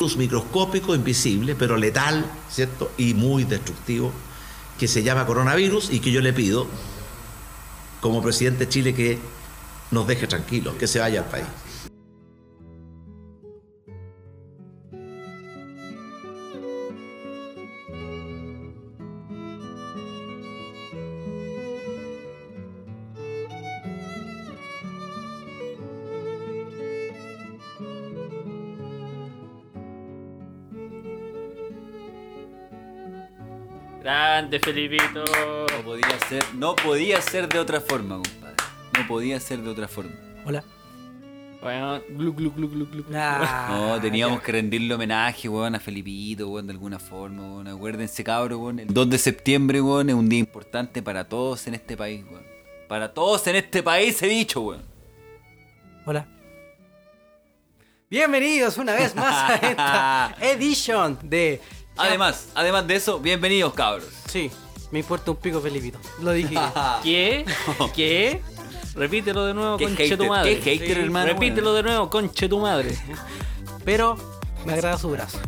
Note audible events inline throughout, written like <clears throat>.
Luz microscópico, invisible, pero letal, ¿cierto? Y muy destructivo, que se llama coronavirus y que yo le pido, como presidente de Chile, que nos deje tranquilos, que se vaya al país. Grande, Felipito. No podía ser, no podía ser de otra forma, compadre. No podía ser de otra forma. Hola. Bueno, glu, glu, glu, glu, glu. Ah, No, teníamos ya. que rendirle homenaje, weón, a Felipito, weón, de alguna forma, weón. Acuérdense, cabro, weón. El 2 de septiembre, weón, es un día importante para todos en este país, weón. Para todos en este país, he dicho, weón. Hola. Bienvenidos una vez más <laughs> a esta edition de. Además, además de eso, bienvenidos, cabros. Sí, me importa un pico, Felipito. Lo dije. <laughs> ¿Qué? ¿Qué? Repítelo de nuevo, Qué conche hater, tu madre. qué hater, hermano, Repítelo bueno. de nuevo, conche tu <laughs> madre. Pero me agrada su brazo.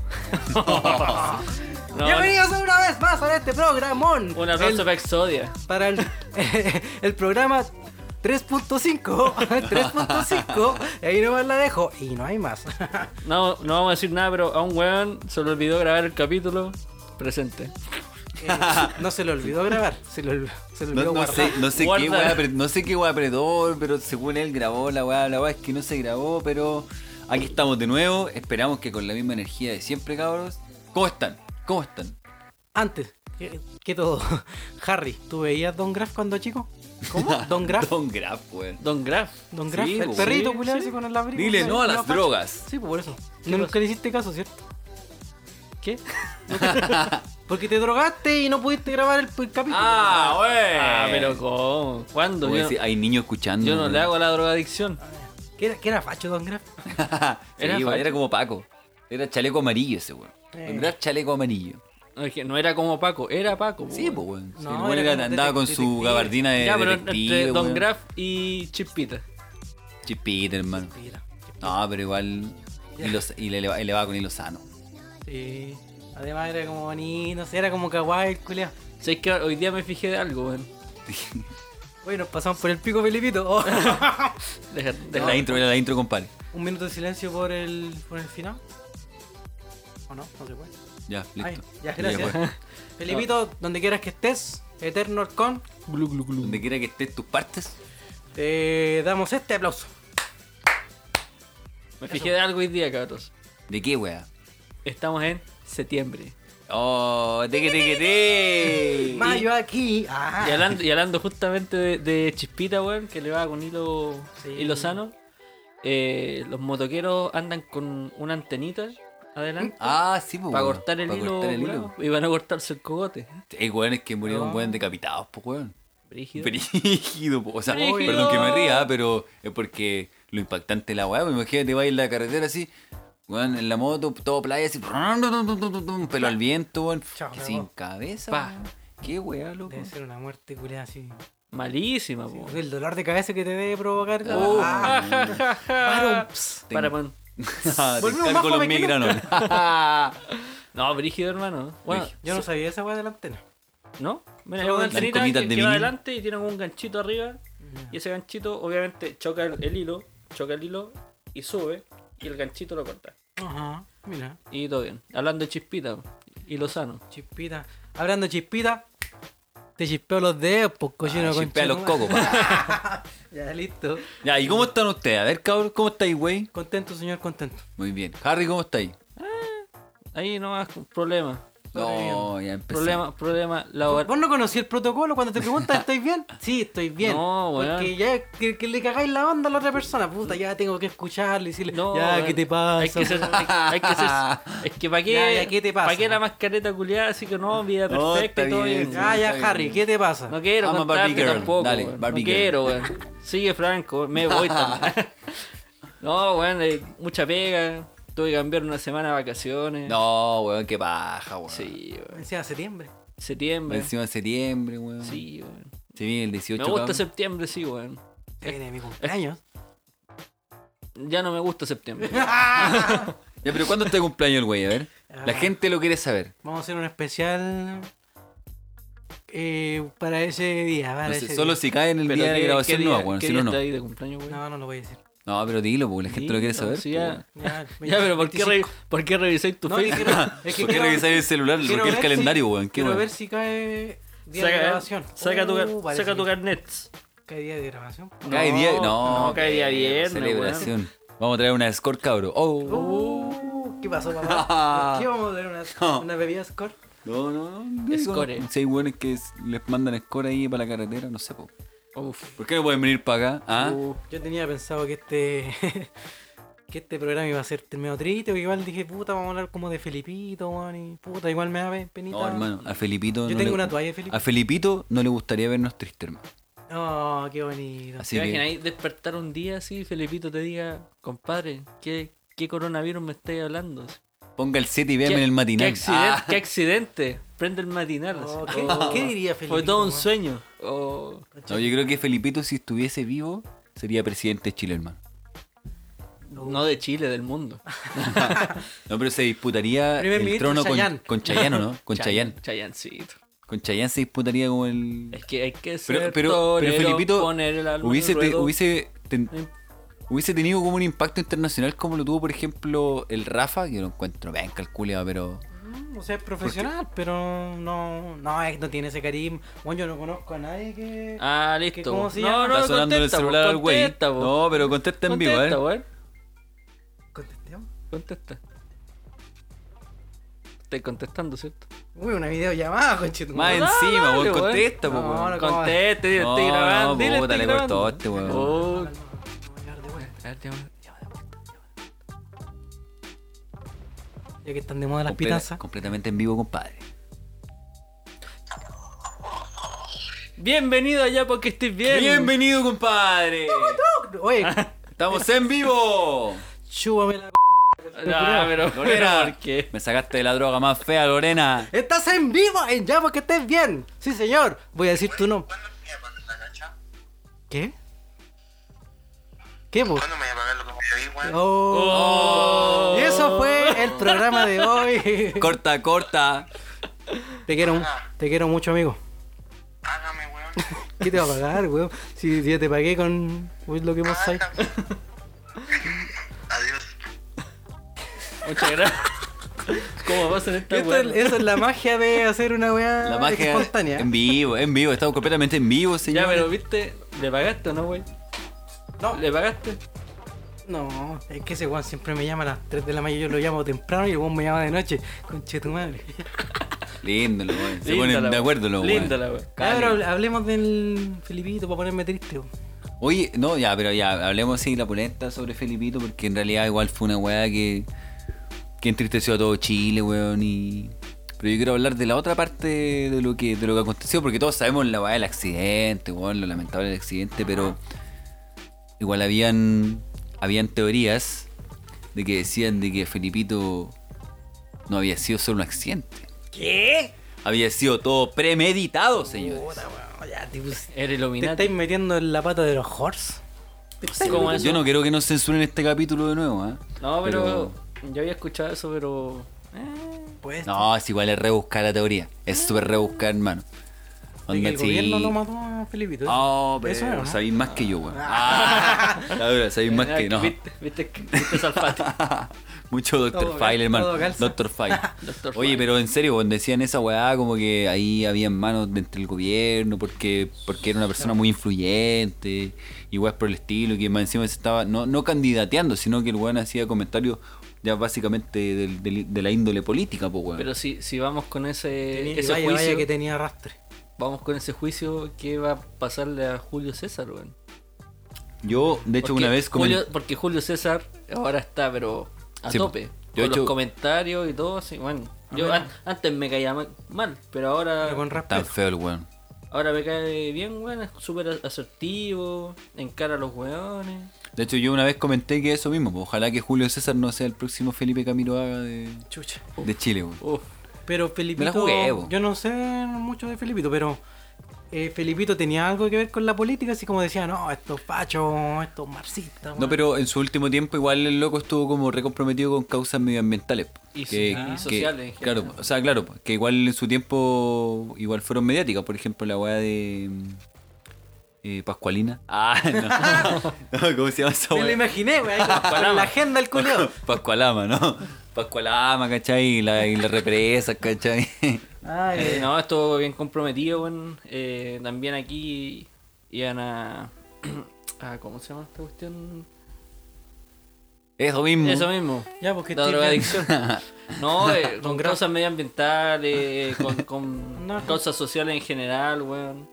No, Bienvenidos una vez más a este programón. Un aplauso El- para Exodia. para el, <laughs> el programa <laughs> 3.5. 3.5. y Ahí nomás la dejo. Y no hay más. <laughs> No, no vamos a decir nada, pero a un weón se le olvidó grabar el capítulo presente. Eh, No se le olvidó grabar. Se le, ol- se le No, olvidó no guardar. sé, no sé qué Guarda. weá, apre- no sé qué weá apretó, pero según él grabó la weá, la weá es que no se grabó, pero aquí estamos de nuevo, esperamos que con la misma energía de siempre, cabros. ¿Cómo están? ¿Cómo están? Antes, que, que todo. <laughs> Harry, ¿tú veías Don Graff cuando chico? <laughs> ¿Cómo? ¿Don Graff? Don Graf, weón. Don Graf. Don Graff, Sí, el po. perrito Sí, culiao sí. ese con el laberinto. Dile no a las Apache. drogas. Sí, pues por eso. No, nunca le hiciste caso, ¿cierto? <laughs> ¿Qué? Porque te <laughs> drogaste y no pudiste grabar el, el capítulo. Ah, weón. Ah, pero ¿cómo? ¿Cuándo? Como mm. Yo, decir, hay niños escuchando. yo no weón. <laughs> le hago la drogadicción. ¿Qué era, qué era facho Don Graff? Sí, Era weón, facho. era como Paco. Era chaleco amarillo ese weón. Don Graf chaleco amarillo. No, es que no era como Paco, era Paco. Sí, po, pues weón. weón. Sí, No, el weón era era- como andaba con su detective. gabardina de Ya, pero detective, entre Don weón. Graf y Chispita. Chispita, hermano. Mira. No, pero igual. hilo- Y le va- y le va con hilo sano. Sí. Además era como bonito, no sé, era como kawaii el culiao. ¿Sabes que hoy día me fijé de algo, weón? Bueno, pasamos por el pico <laughs> Felipito. <laughs> Oh. Deja, deja. La intro, era la intro, compadre. Un minuto de silencio por el, por el final. ¿O no? No se puede. Ya, listo. Ay, Ya, ya, gracias. <laughs> pues. <laughs> Felipito, donde quieras que estés, Eterno Orcón, Glu, glu, glu. Donde quiera que estés tus partes. te damos este aplauso. Me fijé de algo hoy día, cabros. ¿De qué, weá? Estamos en septiembre. Oh, teque, teque, te. Mayo aquí. Ah, Y hablando, y hablando justamente de, de Chispita, weón, que le va con hilo, Sí. hilo sano. eh, los motoqueros andan con una antenita adelante Ah, sí, pues. Oh, para weón, cortar el pa' hilo. cortar el curado, Y van a cortarse el cogote. Hay weones que murieron, Ah. weón, decapitados, pues, weón. Brígido. Brígido, po. o sea, Brígido. perdón que me ría, pero es porque lo impactante de la weá, pues, imagínate, vas en la carretera así, weón, en la moto, todo playa así, pelo al viento, weón, Chao, que me sin voy. cabeza, Pa. weón. qué weá, loco. Debe ser una muerte culiada así. Malísima, po. El dolor de cabeza que te debe provocar. Oh, Ah, weón. Aaron, ps. <laughs> Para, weón. Ah, te Volvemos cargo más los joven que nunca. migranos. <laughs> No, brígido, hermano. Bueno, Brígido. Yo no sabía esa weá de la antena. ¿No? Mira, Son hay una las antenita antenitas que, de que va vinil. adelante y tiene como un ganchito arriba. Y ese ganchito obviamente choca el, el hilo, choca el hilo y sube y el ganchito lo corta. Ajá, mira. Y todo bien. Hablando de chispita y lo sano. Chispita. Hablando de chispita, te chispeo los dedos, pues cochino Ah, con chispea los cocos, pa. <laughs> Ya, listo. Ya, ¿y cómo están ustedes? A ver, cabrón, ¿cómo estáis, güey? Contento, señor, contento. Muy bien. Harry, ¿cómo estáis? Ahí no más problemas. No, ya empezó. Problema, problema laboral. ¿Vos no conocí el protocolo cuando <laughs> te preguntas, ¿estoy bien? Sí, estoy bien. No, weón. Porque ya que, que le cagáis la banda a la otra persona, puta, ya tengo que escucharle y <laughs> decirle, No, ya, weón. ¿qué te pasa? Hay que ser, <laughs> hay, hay que ser, es que para qué, Ya, ya, ¿qué te pasa? pa' qué la mascareta culiada, así que no, vida No, perfecta está y todo bien. bien. Ya, "Ah, ya, Está Harry, bien. ¿qué te pasa? No quiero I'm a Barbie contarte girl. tampoco, Dale, weón. Barbie no girl. quiero, weón. Sigue Franco, <laughs> me voy también. <laughs> no, weón, eh, mucha pega. Tuve que cambiar una semana de vacaciones. No, weón, qué paja, weón. Sí, weón. Decía septiembre. Septiembre. Encima de septiembre, weón. Sí, weón. Se viene el Me 18, gusta <laughs> cabrón. septiembre, sí, weón. Se viene mi cumpleaños. Ya no me gusta <laughs> septiembre. Ya, pero ¿cuándo está de cumpleaños el güey? A ver. La Ah. gente lo quiere saber. Vamos a hacer un especial eh, para ese día. para No sé, ese solo día. si cae en el Pero día de ¿qué- grabación qué no, día- bueno, qué si día no, no. está ahí de cumpleaños, güey? No, no lo voy a <laughs> decir. No, pero dilo, porque la gente lo quiere Dilo, saber. pues, si po, ya- weón. Ya, Ya, pero ¿por qué, re- 25. ¿por qué revisáis tu No, es que <laughs> Facebook? quiero- es que ¿Por qué quiero- revisar el celular? ¿Por quiero qué el ver calendario, si- weón? Qué Quiero weón. ver si cae día Saca, eh, de grabación. saca tu, Uh, car- parece saca tu que carnet. Cae día de grabación. Cae día. No, cae día viernes. weón. Celebración. Vamos a traer una score, cabro. Oh. Uh, ¿Qué pasó, <laughs> papá? ¿Por ¿Qué vamos a tener una, una bebida score? No, no, no. Score. Si hay weones que s- les mandan score ahí para la carretera, no sé, po. Uf. ¿Por qué no pueden venir para acá? ¿Ah? Uh, yo tenía pensado que este <laughs> que este programa iba a ser medio triste, porque igual dije, puta, vamos a hablar como de Felipito, weón, y puta, igual me da pe- penita. No, Oh, hermano, a Felipito Yo no tengo le- una toalla de Felipito. A Felipito no le gustaría vernos tristes, hermano. Oh, qué bonito. Así ¿Te que... imagináis despertar un día así y Felipito te diga, compadre, ¿qué, qué coronavirus me estáis hablando? Ponga el 7 y ¿Qué, véame en el matinal. ¿qué, accidente, Ah. qué accidente? Prende el matinal. así. Oh, ¿qué, Oh. qué diría Felipito? Fue todo un weón? sueño. Oh. Ah. No, yo creo que Felipito, si estuviese vivo, sería presidente de Chile, hermano. No de Chile, del <laughs> mundo. No, pero se disputaría Primer el ministro trono con, Chayán. con Chayán, <laughs> ¿o ¿no? Con Chayán. Chayancito. Con Chayán se disputaría como el... Es que hay que ser Pero, pero, pero torero, Felipito poner el alma en hubiese, el te- ruedo. hubiese, ten- Em, hubiese tenido como un impacto internacional como lo tuvo, por ejemplo, el Rafa, que lo encuentro bien calculado, pero... O sea, es profesional, pero no, no, es- no tiene ese carisma. Bueno, yo no conozco a nadie que. Ah, que listo. ¿Cómo po. se no, llama? no, Está sonando en el contesta, po, celular al güey. Contesta, po. No, pero contesta en vivo, ¿eh? Contesta, weón. ¿Contestemos? Contesta. Estoy contestando, ¿cierto? Uy, una videollamada, conchetumare. Más No, encima, dale, eh. weón, weón. contesta, po, No, weón. no, Conteste, dile, No, estoy grabando. no, dile, puta, estoy le cortó grabando. este, weón. Oh. Ya A ver, llama- llama de vuelta. que están de moda las Comple- pitanzas. completamente en vivo, compadre. Bienvenido allá porque estés bien. Bienvenido, compadre. <laughs> Oye, Estamos en vivo. chúpame la. c- No, pero, pero Lorena, ¿por qué? me sacaste de la droga más fea, Lorena. ¡Estás en vivo! En ya porque estés bien. Sí, señor. Voy a decir tu nombre. ¿Cuándo me voy a pagar la cacha? ¿Qué? ¿Qué, vos? ¿Cuándo me voy a pagar lo que me pedí, weón? Oh. Y eso fue el programa <laughs> de hoy. Corta, corta. Te quiero, mu- te quiero mucho, amigo. Págame, weón. ¿Qué te va a pagar, weón? Si si ya te pagué con uy, lo que hemos hecho. Págame. Adiós. Muchas gracias. ¿Cómo pasan esta Esta es- weá? Esa es la magia de hacer una weá La magia Ah, espontánea. en vivo, en vivo. Estamos completamente en vivo, Ya, señor. pero viste, ¿le pagaste o no, güey? No. ¿Le pagaste? No, es que ese weón siempre me llama a las 3 de la mañana, yo lo llamo temprano y el weón me llama de noche. Conche tu madre. Lindo, lo weón. Se ponen de acuerdo, lo weón. Linda la weá. Cabrón, hablemos del Felipito para ponerme triste. weón. Oye, no, ya, pero ya, hablemos así la polenta sobre Felipito, porque en realidad igual fue una weá que, que entristeció a todo Chile, weón, y... Pero yo quiero hablar de la otra parte de lo que, de lo que aconteció, porque todos sabemos la weá del accidente, weón, lo lamentable del accidente, pero igual habían, habían teorías de que decían de que Felipito no había sido solo un accidente. ¿Qué? Había sido todo premeditado, señores. Puta weón, ya te pus- Eres Te iluminado. estáis metiendo en la pata de los horse. ¿Cómo eso? Yo no quiero que nos censuren este capítulo de nuevo, ¿ah? No, pero, yo había escuchado eso, pero Pues, No, es igual es rebuscar la teoría. Es súper rebuscar, hermano. Ah. de que Onda, el sí. gobierno no mató a Felipito. ¿eh? Oh, pero Eso era, ¿no? sabéis más que yo, weón. <laughs> Ah, la verdad, sabéis más Ah, que no. viste, viste, que- viste <laughs> Salfate. Mucho Dr. Todo File, cal- hermano. todo calza. Dr. <laughs> File. Dr. Oye, File. pero en serio, cuando decían esa weá, como que ahí había manos de entre el gobierno, porque, porque era una persona muy influyente, y weas por el estilo, que más encima se estaba, no, no candidateando, sino que el weón hacía comentarios ya básicamente del- del- de, la índole política, pues weón. pero si, si vamos con ese, eh, Tenía- y ese vaya, juicio, vaya que tenía arrastre. vamos con ese juicio, ¿qué va a pasarle a Julio César, weón? Yo, de hecho, Porque una vez como Julio, porque Julio César ahora está, pero a Sí, tope. Yo yo he con hecho- los comentarios y todo, así, bueno. A Yo ver. an- antes me caía ma- mal, pero Pero ahora, con Tan respeto. feo el weón. ahora me cae bien, weón. Es súper asertivo, encara a los weones. De hecho, yo una vez comenté que eso mismo, pues, ojalá que Julio César no sea el próximo Felipe Camiroaga de, Chucha. de Chile, weón. Uf, Pero Felipito. jugué, bo. yo no sé mucho de Felipito, pero eh, Felipito tenía algo que ver con la política, así como decía, no, estos fachos, estos marxistas. No, weón". pero en su último tiempo igual el loco estuvo como recomprometido con causas medioambientales. po. Y sí, y sociales en general. Claro, o sea, claro, po, que igual en su tiempo igual fueron mediáticas, por ejemplo, la weá de eh, <laughs> Pascualina. Ah, no. <laughs> No, ¿Cómo se llama esa Me lo weá? <laughs> imaginé, güey, ahí, con la agenda del culiao. Pascualama, ¿no? Pascualama, ¿cachai? Y la, y la represa, ¿cachai? <laughs> Ay, Eh, no, estuvo bien comprometido, weón. Eh, también aquí iban a, <clears throat> a. ¿Cómo se llama esta cuestión? Eso mismo. Eso mismo. Ya, porque La estoy drogadicción. <laughs> No, eh, Don con Graf. causas medioambientales, con, con <laughs> No. causas sociales en general, weón. bien.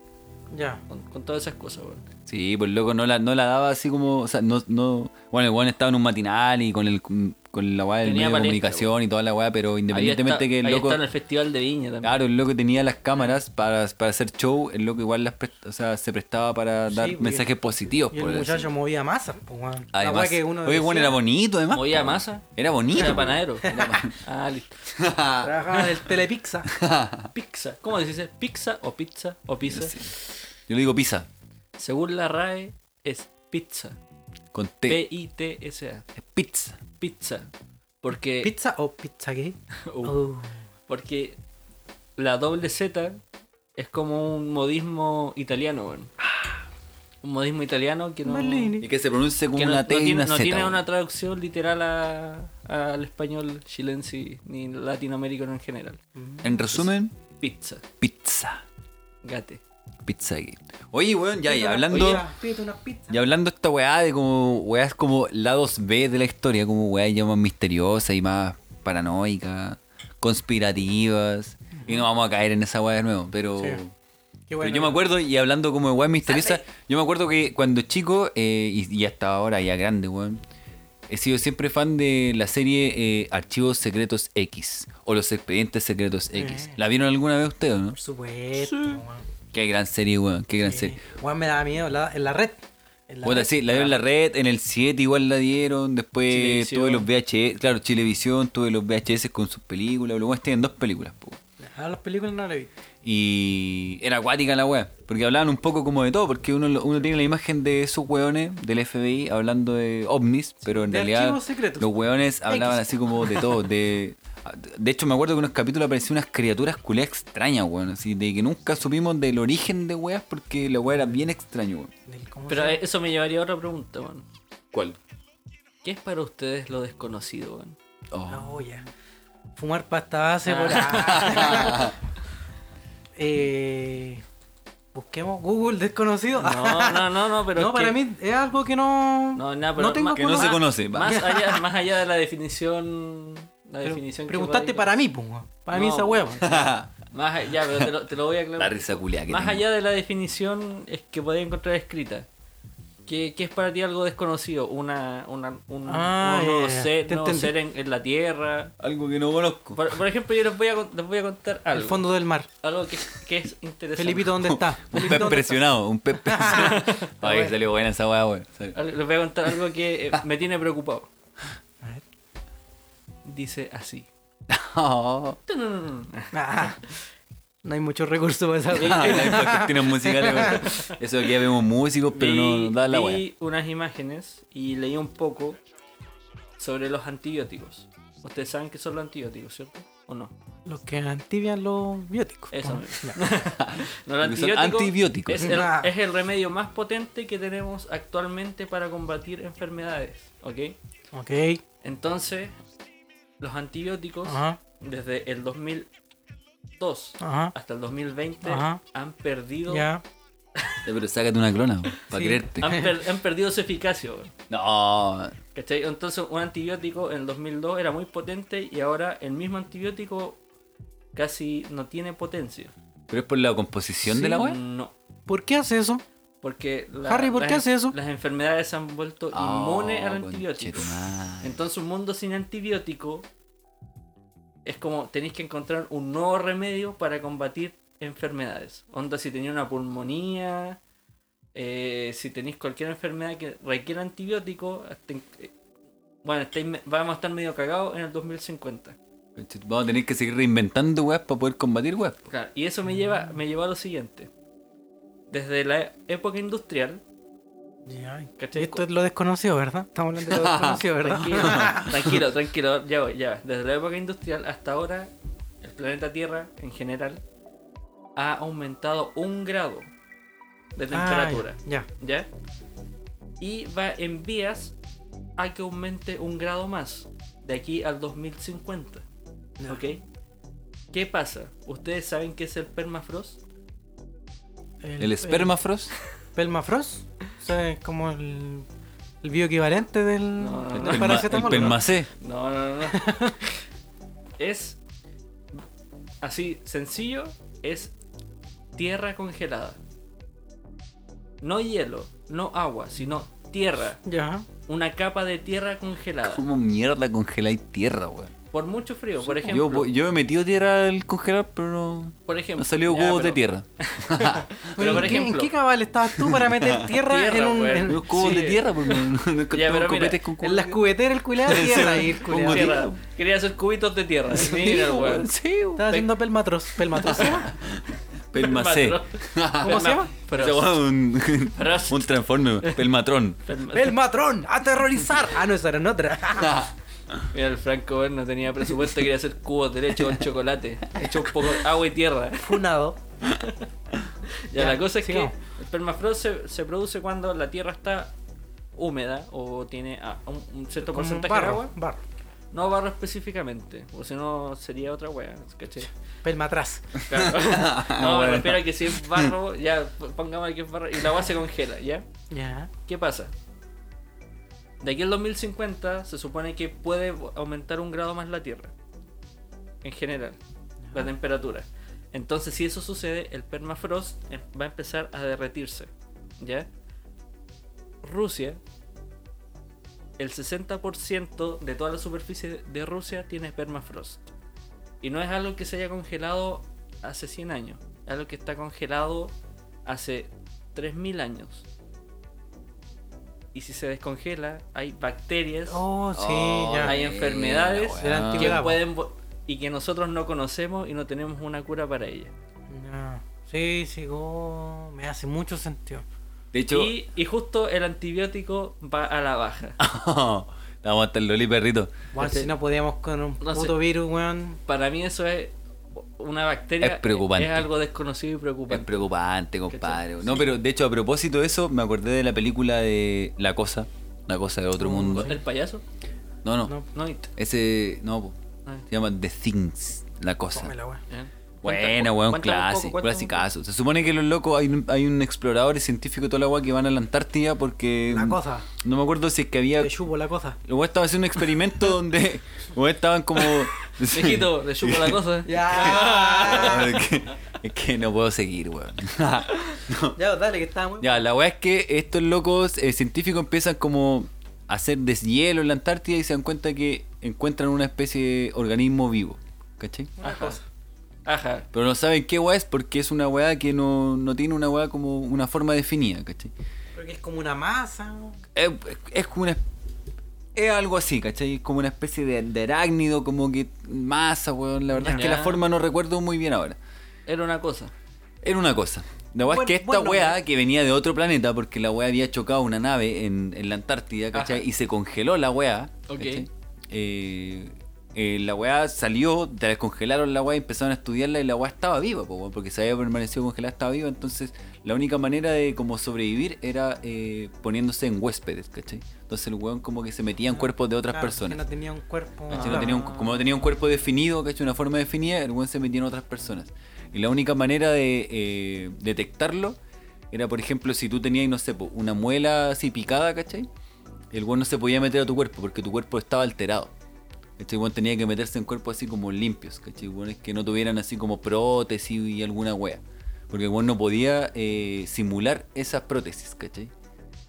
Ya. Con, con todas esas cosas, weón. Sí, pues loco, no la, no la daba así como. O sea, no, no. Bueno, el weón estaba en un matinal y con el con la weá del Tenía medio de palestra, comunicación y toda la weá, pero independientemente Ahí que el ahí loco. está en el festival de Viña también. Claro, el loco tenía las cámaras para, para hacer show, el loco igual las prest- o sea, se prestaba para Sí, dar pues, porque- mensajes positivos. Y el por muchacho decirlo. movía masas, pues, weón. La Además, weá que uno oye, bueno, decía, era bonito además. Movía po. masa. Era bonito. Era po. <laughs> panadero. ah, listo. Trabajaba en el Telepizza. Pizza. ¿Cómo se dice? ¿Pizza o pizza o pizza? Yo le digo pizza, Según la RAE, es pizza. con T. P-I-T-S-A. Es pizza. Pizza. Porque. ¿Pizza o pizza gay? Oh, Uh, Porque la doble Z es como un modismo italiano, weón. Un modismo italiano que no. Berlini. Y que se pronuncia como que no, una no T y tiene, una no Z. tiene po. una traducción literal a- al español chilense ni latinoamericano en general. En resumen, Pizza, pizza. gate. Pizza Gate. Oye, weón, ya, ya, hablando. Oye, pídete unas pizzas. Y hablando de esta weá de como weás como lados B de la historia, como weás ya más misteriosas y más paranoicas, conspirativas. Y no vamos a caer en esa weá de nuevo, pero, Sí. Qué pero bueno. yo me acuerdo, y hablando como de weá misteriosa, yo me acuerdo que cuando chico, eh, y, y hasta ahora ya grande, weón, he sido siempre fan de la serie eh, Archivos Secretos X, o Los Expedientes Secretos X. Eh. ¿La vieron alguna vez ustedes o no? Por supuesto, weón. Qué gran serie, weón, qué gran Sí. serie. Weón, me daba miedo la- en la red. En la Puta, red. sí, la dieron en la red, en el 7 igual la dieron, después Chilevisión. tuve los VHS, claro, Chilevisión, tuve los VHS con sus películas, luego tienen dos películas, po. Ah, las películas no las vi. Y era acuática la weá, porque hablaban un poco como de todo, porque uno, lo- uno tiene la imagen de esos weones del FBI hablando de ovnis, pero en de realidad archivos secretos. los weones hablaban así como de todo, de... De hecho, me acuerdo que en unos capítulos aparecían unas criaturas culiadas extrañas, weón. Así de que nunca supimos del origen de weas porque la wea era bien extraño, weón. Del- ¿cómo Pero se llama? eso me llevaría a otra pregunta, weón. ¿Cuál? ¿Qué es para ustedes lo desconocido, weón? Ah. Oh. No, Oh, ya. Fumar pasta base por Ah. <laughs> eh, Busquemos Google desconocido. No, no, no, no, pero. <laughs> no, es para que- mí es algo que no. No, nada, pero tengo ma- que no se conocimiento. conoce. va. <laughs> Más allá, más allá de la definición. La Pero definición que Preguntaste pueda- para mí, pues, weón. Para mí No. esa hueá. Más allá, ya, pero te lo, te lo voy a aclarar. La risa culiá que Más tengo. allá de la definición es que podéis encontrar escrita. ¿Qué, qué es para ti algo desconocido? Una, una, un Ah, un nuevo ya, ya, ser, te nuevo entendí. ser en, en la Tierra. Algo que no conozco. Por, por ejemplo, yo les voy a, con- les voy a contar El algo. fondo del mar. Algo que, que es interesante. Felipito, ¿dónde <laughs> está? Un Felipito, pez ¿dónde presionado, un pez presionado. Ay, salió buena esa weá, weón. Salió. Algo- Les voy a contar algo <laughs> que eh, me tiene preocupado. Ah. A ver. Dice así. Oh. está? <laughs> Ah, no hay muchos recursos <laughs> para esa Ah, hueá. <laughs> la misma cuestión musical, weón. Eso que ya vemos músicos, pero no Vi- nos da la weá. vi unas imágenes y leí un poco sobre los antibióticos. Ustedes saben qué son los antibióticos, ¿cierto? ¿O no? Los que antibian los bióticos. Eso pues. mismo. <laughs> Ya. No, el Porque son antibiótico antibióticos. Es el, Ah. es el remedio más potente que tenemos actualmente para combatir enfermedades, ¿ok? Ok. Entonces, los antibióticos Ajá. desde el 2002 Ajá. hasta el 2020 Ajá. han perdido Ya. Ya, Pero sácate una clona, weón, para Sí. creerte. han, <laughs> per- han perdido su eficacia, weón. No. ¿Cachai? Entonces un antibiótico en el 2002 era muy potente y ahora el mismo antibiótico casi no tiene potencia. Pero es por la composición de la weá. No. ¿Por qué hace eso? Porque la- Harry, ¿por las- qué hace eso? Ah, Las enfermedades se han vuelto inmunes al antibiótico. conchetumare. Entonces un mundo sin antibiótico es como tenéis que encontrar un nuevo remedio para combatir enfermedades. Onda, si tenéis una pulmonía, eh, si tenéis cualquier enfermedad que requiera antibiótico, hasta en- eh, bueno, estáis me- vamos a estar medio cagados en el 2050. Conchetum- Vamos a tener que seguir reinventando weas para poder combatir weas. Mm. Claro, y eso me lleva, me lleva a lo siguiente. desde la época industrial. Ya, ¿Cachai? Esto es lo desconocido, ¿verdad? Estamos hablando de lo desconocido, ¿verdad? <laughs> Tranquilo, tranquilo, <laughs> tranquilo, ya voy, ya. voy. Desde la época industrial hasta ahora, el planeta Tierra en general ha aumentado un grado de temperatura, Ah, ya. ¿ya? Y va en vías a que aumente un grado más, de aquí al 2050, Ya. ¿ok? ¿Qué pasa? ¿Ustedes saben qué es el permafrost? El espermafrost. el Permafrost. O sea, es como el, el bioequivalente del, No, no, del no. El, ma- el paracetamol, ¿no? permacé. No, no, no. <laughs> es así sencillo, es tierra congelada. No hielo, no agua, sino tierra, Ya. una capa de tierra congelada. ¿Cómo mierda congeláis tierra, weón? Por mucho frío, por Yo, ejemplo. voy- yo he metido tierra al congelar, pero no, por ejemplo. no salió Ya, huevos de pero- tierra. Pero Oye, por ¿en qué- ejemplo, ¿En qué cabal estabas tú <laughs> para meter tierra, Tierra, en un. weón. en- Los cubos sí. de tierra, pues no, no pero mira, no competes con En las cubeteras, el culeado de tierra y el culeado. Pongo Estaba tierra. Quería hacer cubitos de tierra. Sí, Mira, weón, weón. sí, weón. haciendo pelmatros. <laughs> ¿Pelmatros? se llama? Pelmacé. <laughs> ¿Cómo se llama? Pero- Ese weón, un, Frost. <laughs> un transforme, weón. pelmatrón. Perma- ¡Pelmatrón! ¡Aterrorizar! Ah, no, esa era en otra. Mira, el Franco weón, no tenía presupuesto, quería hacer cubos de leche con chocolate. Hecho un poco de agua y tierra. <laughs> Funado. Ya, Ya, la cosa es sigamos. que el permafrost se, se produce cuando la tierra está húmeda o tiene ah, un, un cierto Como porcentaje de barro. agua. Barro. No barro específicamente, o si no sería otra wea, ¿cachai? Pelmatras. Claro. no, me Bueno. refiero a que si es barro, ya p- pongamos que es barro y la agua se congela, ¿ya? Ya. ¿Qué pasa? De aquí al 2050 se supone que puede aumentar un grado más la Tierra. En general, la temperatura. Entonces, si eso sucede, el permafrost em- va a empezar a derretirse. ¿Ya? Rusia, el 60% de toda la superficie de Rusia tiene permafrost. Y no es algo que se haya congelado hace 100 años. Es algo que está congelado hace 3.000 años. Y si se descongela, hay bacterias Oh, sí, Oh, ya. Hay enfermedades Ah. weón. de la que antigüedad. pueden vo- y que nosotros no conocemos y no tenemos una cura para ellas. Ya. Sí, sí, go- me hace mucho sentido. De hecho, <laughs> Y, y justo el antibiótico va a la baja. la vamos a estar loli, perrito. Bueno, Este- si no podíamos con un No sé. puto virus, weón. Para mí eso es una bacteria. Es preocupante. Es algo desconocido y Es preocupante. preocupante, compadre. ¿Cachai? No, pero de hecho, a propósito de eso, me acordé de la película de La Cosa. La Cosa de Otro Mundo. ¿El payaso? No, no. No. Oh, No, it. Ese, no, po. Ah. se llama The Things, La Cosa. Tómela, weón. Eh. Buena, Cuenta- weón, cuéntame un clase, poco, cuéntame un poco. clasicazo. Se supone que los locos, hay un, hay un explorador y científico y toda la weá que van a la Antártida porque. mm, La cosa. No me acuerdo si es que había. Te chupo la cosa. Los weones estaban haciendo un experimento donde. Los weones <laughs> estaban como. Viejito, <laughs> le chupo la cosa. ¿eh? Ya. Ah, es, que, es que no puedo seguir, weón. <laughs> ya, pues, dale, que estaba muy. Ya, la weá es que estos locos eh, científicos empiezan como a hacer deshielo en la Antártida y se dan cuenta que encuentran una especie de organismo vivo. ¿Cachai? Ajá. Ajá. Pero no saben qué weá es porque es una weá que no, no tiene una weá como una forma definida, ¿cachai? Creo que es como una masa. ¿no? Es, es como una. Es algo así, ¿cachai? Es como una especie de, de arácnido, como que masa, weón. La verdad es que Ya. la forma no recuerdo muy bien ahora. Era una cosa. Era una cosa. La weá Buen- es que esta buen nombre. weá que venía de otro planeta, porque la weá había chocado una nave en, en la Antártida, ¿cachai? Ajá. Y se congeló la weá. Ok. ¿cachai? Eh, eh, la weá salió, te descongelaron la weá y empezaron a estudiarla y la weá estaba viva, po, weón, porque se había permanecido congelada, estaba viva. Entonces, la única manera de como sobrevivir era eh, poniéndose en huéspedes, ¿cachai? Entonces el weón como que se metía en cuerpos de otras Ah, Claro, personas. Que no tenía un cuerpo. ¿Cachai? No tenía un- como no tenía un cuerpo definido, ¿cachai? Una forma definida, el weón se metía en otras personas. Y la única manera de eh, detectarlo era, por ejemplo, si tú tenías, no sé, po, una muela así picada, ¿cachai? El weón no se podía meter a tu cuerpo porque tu cuerpo estaba alterado. Este weón tenía que meterse en cuerpos así como limpios, ¿cachai? Weones que no tuvieran así como prótesis y alguna wea. Porque el weón no podía eh, simular esas prótesis, ¿cachai?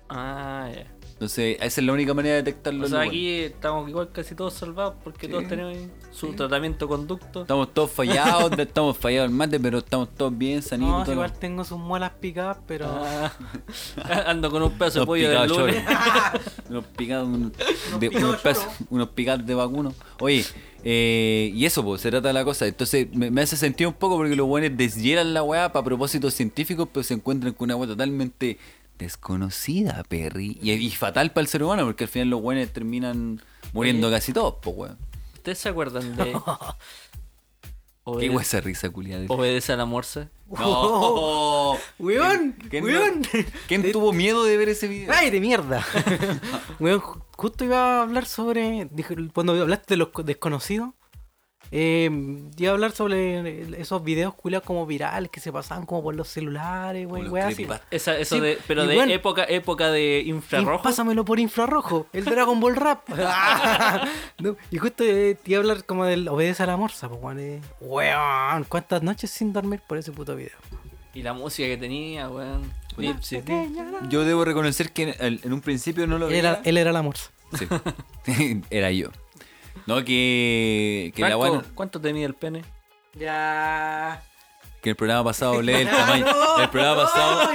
Ah, ya. Entonces, esa es la única manera de detectarlo. O el sea, weón. aquí estamos igual casi todos salvados porque Sí. todos tenemos su tratamiento conducto. Estamos todos fallados, de- estamos fallados al mate, pero estamos todos bien, sanitos. No, todo igual tengo sus muelas picadas, pero. Ah, <laughs> ando con un pedazo de Unos pollo del picados lunes. <laughs> choros. unos picados, unos, de, picados unos, choros. pedazos- unos picados de vacuno. Oye, Eh, y eso, pues, se trata de la cosa. Entonces, me, me hace sentido un poco porque los buenos deshielan la weá para propósitos científicos, pero se encuentran con una weá totalmente desconocida, Perry. Y, y fatal para el ser humano, porque al final los buenos terminan muriendo Oye. casi todos, pues, weón. ¿Ustedes se acuerdan <laughs> de. Qué Obede- weá esa risa, culiada. Obedece a la morsa. No. <laughs> ¡Weón! ¿Quién- ¡Weón! <laughs> ¿Quién tuvo miedo de ver ese video? ¡Ay, de mierda! Weón, ju- justo iba a hablar sobre. dije, Cuando hablaste de los co- desconocidos, eh, iba a hablar sobre esos videos culiados como virales que se pasaban como por los celulares, Como weón, los weón, así. creepypasta. Esa, eso Sí, de, pero y de bueno. época, época de Y infrarrojo. Pásamelo por infrarrojo, el Dragon Ball Rap. <laughs> No, y justo eh, te iba a hablar como del obedece a la morsa, pues, weón. eh. Weón, cuántas noches sin dormir por ese puto video. Y la música que tenía, weón. Oye. Lipsy. Yo debo reconocer que en, al- en un principio no lo Él veía. era, él era la morsa. Sí. <laughs> Era yo. No, que, que, la Franco, buena- ¿Cuánto te mide el pene? Ya. que el programa pasado hablé <laughs> del tamaño. el programa pasado.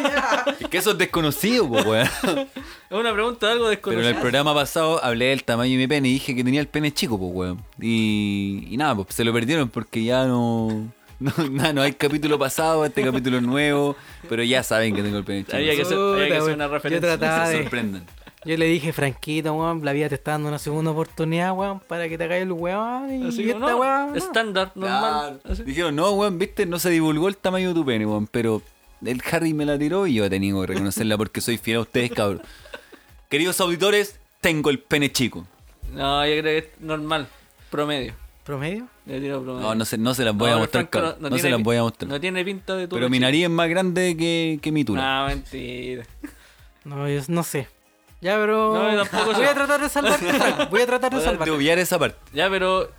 Es que eso es desconocido, po, weón. Es una pregunta de algo Pero en el desconocido. programa pasado hablé del tamaño de mi pene y dije que tenía el pene chico, pues, weón. Y, y nada, pues se lo perdieron porque ya no. No, <laughs> nada, no hay capítulo pasado, este capítulo es nuevo. Pero ya saben que tengo el pene chico. Había que hacer- Puta, había que hacer weón. una Yo referencia. No trataba se de, sorprendan. Yo le dije, Franquito, weón, la vida te está dando una segunda oportunidad, weón, para que te caiga el weón. Y Así y que esta no, weón. no. estándar, normal. Claro. Así. Dijeron, no, weón, viste, no se divulgó el tamaño de tu pene, weón, pero el Harry me la tiró y yo he tenido que reconocerla porque soy fiel a ustedes, cabrón. Queridos auditores, tengo el pene chico. No, yo creo que es normal. Promedio. ¿Promedio? Le tiro promedio. No, no se, no se las voy a pero mostrar, Franco cabrón. No, se tiene las pin- voy a mostrar. No tiene pinta de tu Ah, pero mi pecho. nariz es más grande que, que mi tula. No, mentira. No, yo no sé. Ya, pero. No, yo tampoco voy sé. a tratar de <laughs> salvarte, Frank, Voy Voy a a tratar de tratar de salvarte. obviar esa parte. Ya, pero.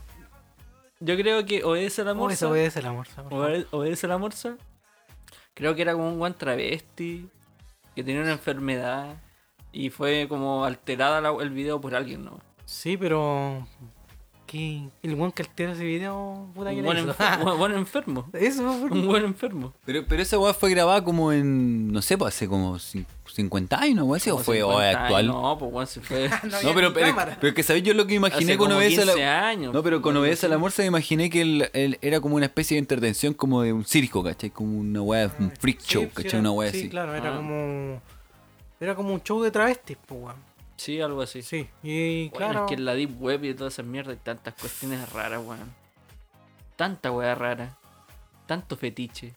Yo creo que obedece a la Oh, morsa. eso obedece la morsa. por favor. Obede- obedece a la morsa. Creo que era como un guan travesti que tenía una enfermedad y fue como alterada la- el video por alguien, ¿no? Sí, pero. ¿Qué? El weón que altera ese video, puta que Un le buen, hizo. enfer- un buen enfermo. <laughs> Eso, por Un buen enfermo. Pero, pero esa weá fue grabada como en, no sé, pues hace como cin- 50 años, ¿no? weá? ¿Sí? ¿O Como fue o 50 es años. actual? No, No, pues bueno, se <laughs> fue. <laughs> había pero, ni pero, cámara. pero que sabéis yo lo que imaginé Hace con como obedece a la... 15 años. No, pero con Algo obedece a así. la morsa me imaginé que él, él era como una especie de intervención como de un circo, ¿cachai? Como una weá, un freak show, Sí, sí, ¿cachai? era- una weá sí, así. claro, era Ah. como. Era como un show de travestis, pues, weón. Sí, algo así. Sí, y Bueno, claro. es que en la Deep Web y todas esas mierdas hay tantas cuestiones raras, weón. Tanta weá rara. Tanto fetiche.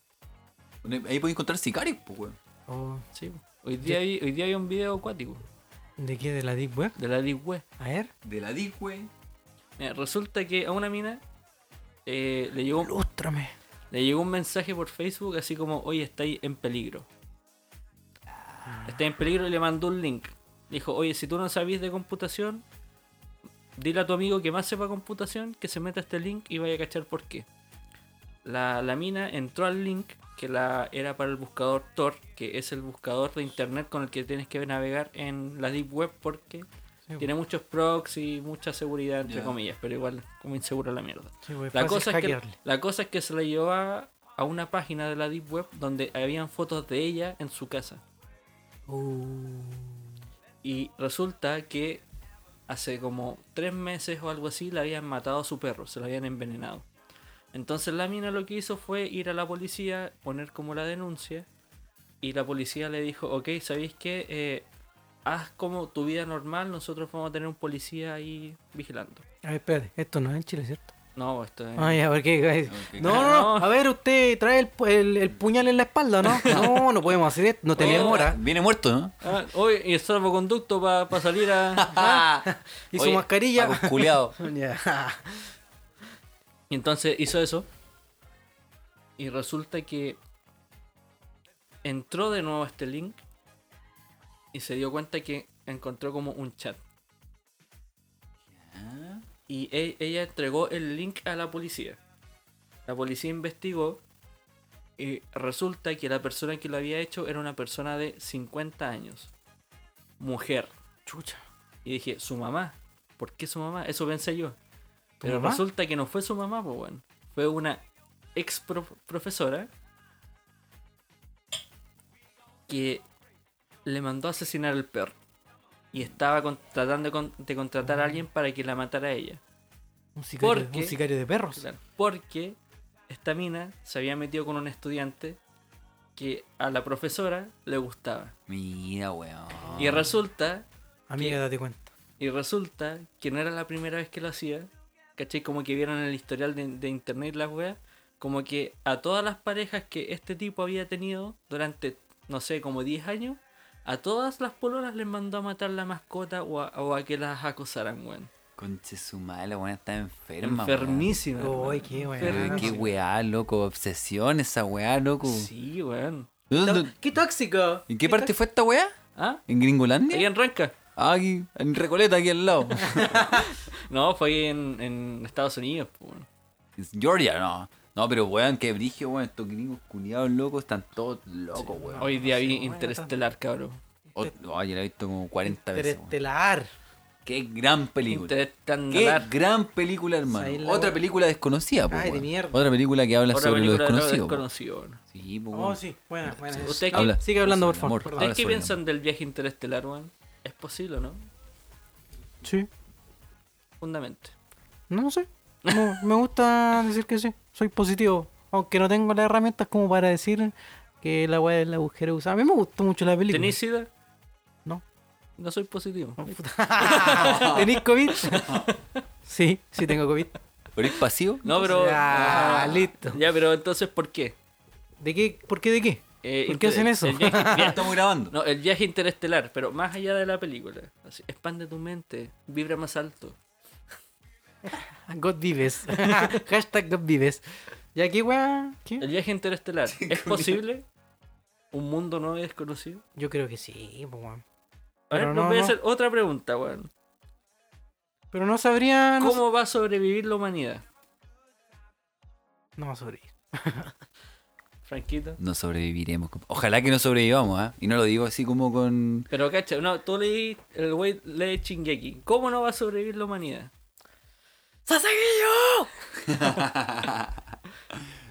Ahí podéis encontrar sicarios, pues, weón. Oh, Sí. Hoy día, hay, hoy día hay un video acuático ¿De qué? ¿De la Deep Web? de la Deep Web. A ver. De la DIC, weón. Mira, resulta que a una mina eh, le, llegó, Ilústrame. le llegó un mensaje por Facebook así como, oye, estáis en peligro. Estáis en peligro y le mandó un link. Dijo, oye, si tú no sabís de computación, dile a tu amigo que más sepa computación que se meta a este link y vaya a cachar por qué. La, la mina entró al link que la, era para el buscador Tor, que es el buscador de internet con el que tienes que navegar en la Deep Web porque Sí, tiene muchos procs y mucha seguridad, entre Ya. comillas, pero igual como insegura la mierda. Sí, pues, La fácil cosa, es que, hackearle. la cosa es que se la llevó a, a una página de la Deep Web donde habían fotos de ella en su casa. Uh, Y resulta que hace como tres meses o algo así le habían matado a su perro, se lo habían envenenado. Entonces la mina lo que hizo fue ir a la policía, poner como la denuncia. Y la policía le dijo, ok, ¿sabéis qué? Eh, haz como tu vida normal, nosotros vamos a tener un policía ahí vigilando. A ver, espérate, esto no es en Chile, ¿cierto? No, esto es... Ah, ya, porque. Ok. No, no, no. A ver, usted trae el, pu- el- el puñal en la <laughs> espalda, ¿no? No, no podemos hacer esto. No tenemos hora. Viene muerto, ¿no? Ah, hoy y el salvoconducto para salir a... ¿ah? Y su mascarilla. Paco <laughs> culiao. Ya. Y entonces hizo eso. Y resulta que entró de nuevo a este link y se dio cuenta que encontró como un chat. Y e- ella entregó el link a la policía. La policía investigó y resulta que la persona que lo había hecho era una persona de 50 años. Mujer. Chucha. Y dije, su mamá. ¿Por qué su mamá? Eso pensé yo. ¿Tu Pero mamá? resulta que no fue su mamá, pues bueno. Fue una ex pro- profesora que le mandó a asesinar al Mm. perro. Y estaba con- tratando de, con- de contratar a alguien para que la matara a ella. Un sicario, Porque- un sicario de perros. Claro, porque esta mina se había metido con un estudiante que a la profesora le gustaba. Mira, weón. Ah. Y resulta, Amiga, ¿Qué? date cuenta. y resulta que no era la primera vez que lo hacía. ¿Cachai? Como que vieron el historial de, de internet las weas. Como que a todas las parejas que este tipo había tenido durante, no sé, como 10 años, a todas las pololas les mandó a matar la mascota o a, o a que las acosaran, weón. Conche su madre, la weá está enferma. weón. Enfermísima. Uy, weón. qué bueno. Pero Qué weá, loco. Obsesión esa weá, loco. Ah, Sí, weón. ¿Dónde- ¡Qué tóxico! ¿En qué parte fue esta weá? ¿Ah? ¿En Gringolandia? Ahí en Renca. Ah, aquí, en Recoleta, aquí al lado. <laughs> No, fue ahí en, en Estados Unidos. po, weón. Es Georgia, no. No, pero weón, qué brigio, weón. Estos gringos culiados locos están todos locos, weón. Hoy día vi Ah, sí, bueno, Interestelar, cabrón. O- Oye, la he visto como 40 veces. weón. Interestelar. Qué gran película. Qué Interestelar. gran película, Ahí hermano. la Otra weá. película desconocida, po, Ay, de weón. mierda. Otra película que habla Otra sobre lo película de lo desconocido. po. desconocido, weón. Sí, po, Oh, weón. sí. Buena, buena. Usted- Ah, sigue hablando, por favor, perdón. ¿Ustedes Habla qué sobre el piensan del viaje interestelar, weón? ¿Es posible o no? Sí. Fundamente. No, no sé. No, me gusta <laughs> decir que sí. Soy positivo. Aunque no tengo las herramientas como para decir que la weá del agujero usada. A mí me gustó mucho la película. ¿Tenéis sida? No. No soy positivo. Oh, puta. <laughs> ¿Tenís COVID? sí, sí tengo COVID. amor. ¿Pero es pasivo? No, pero. Ya, Ah, listo. Ya, pero entonces, ¿por qué? ¿De qué? ¿Por qué de qué? Eh, ¿Por qué inter- hacen eso? el viaje- <laughs> Ya via- estamos grabando. no, el viaje interestelar, pero más allá de la película. Así, expande tu mente, vibra más alto. God vives. <laughs> Hashtag God vives. ¿Ya qué weá? El ¿Qué? viaje interestelar, ¿es posible? ¿Un mundo nuevo y desconocido? Yo creo que sí, po, weón. A ver, Pero nos no, voy a no. hacer otra pregunta, weón. Pero no sabría. No, ¿Cómo va a sobrevivir la humanidad? no va a sobrevivir. Franquito. No sobreviviremos. compa- Ojalá que no sobrevivamos, ¿ah? Y no lo digo así como con. Pero cacha, no, tú leí, el güey lee Chingeki. ¿Cómo no va a sobrevivir la humanidad?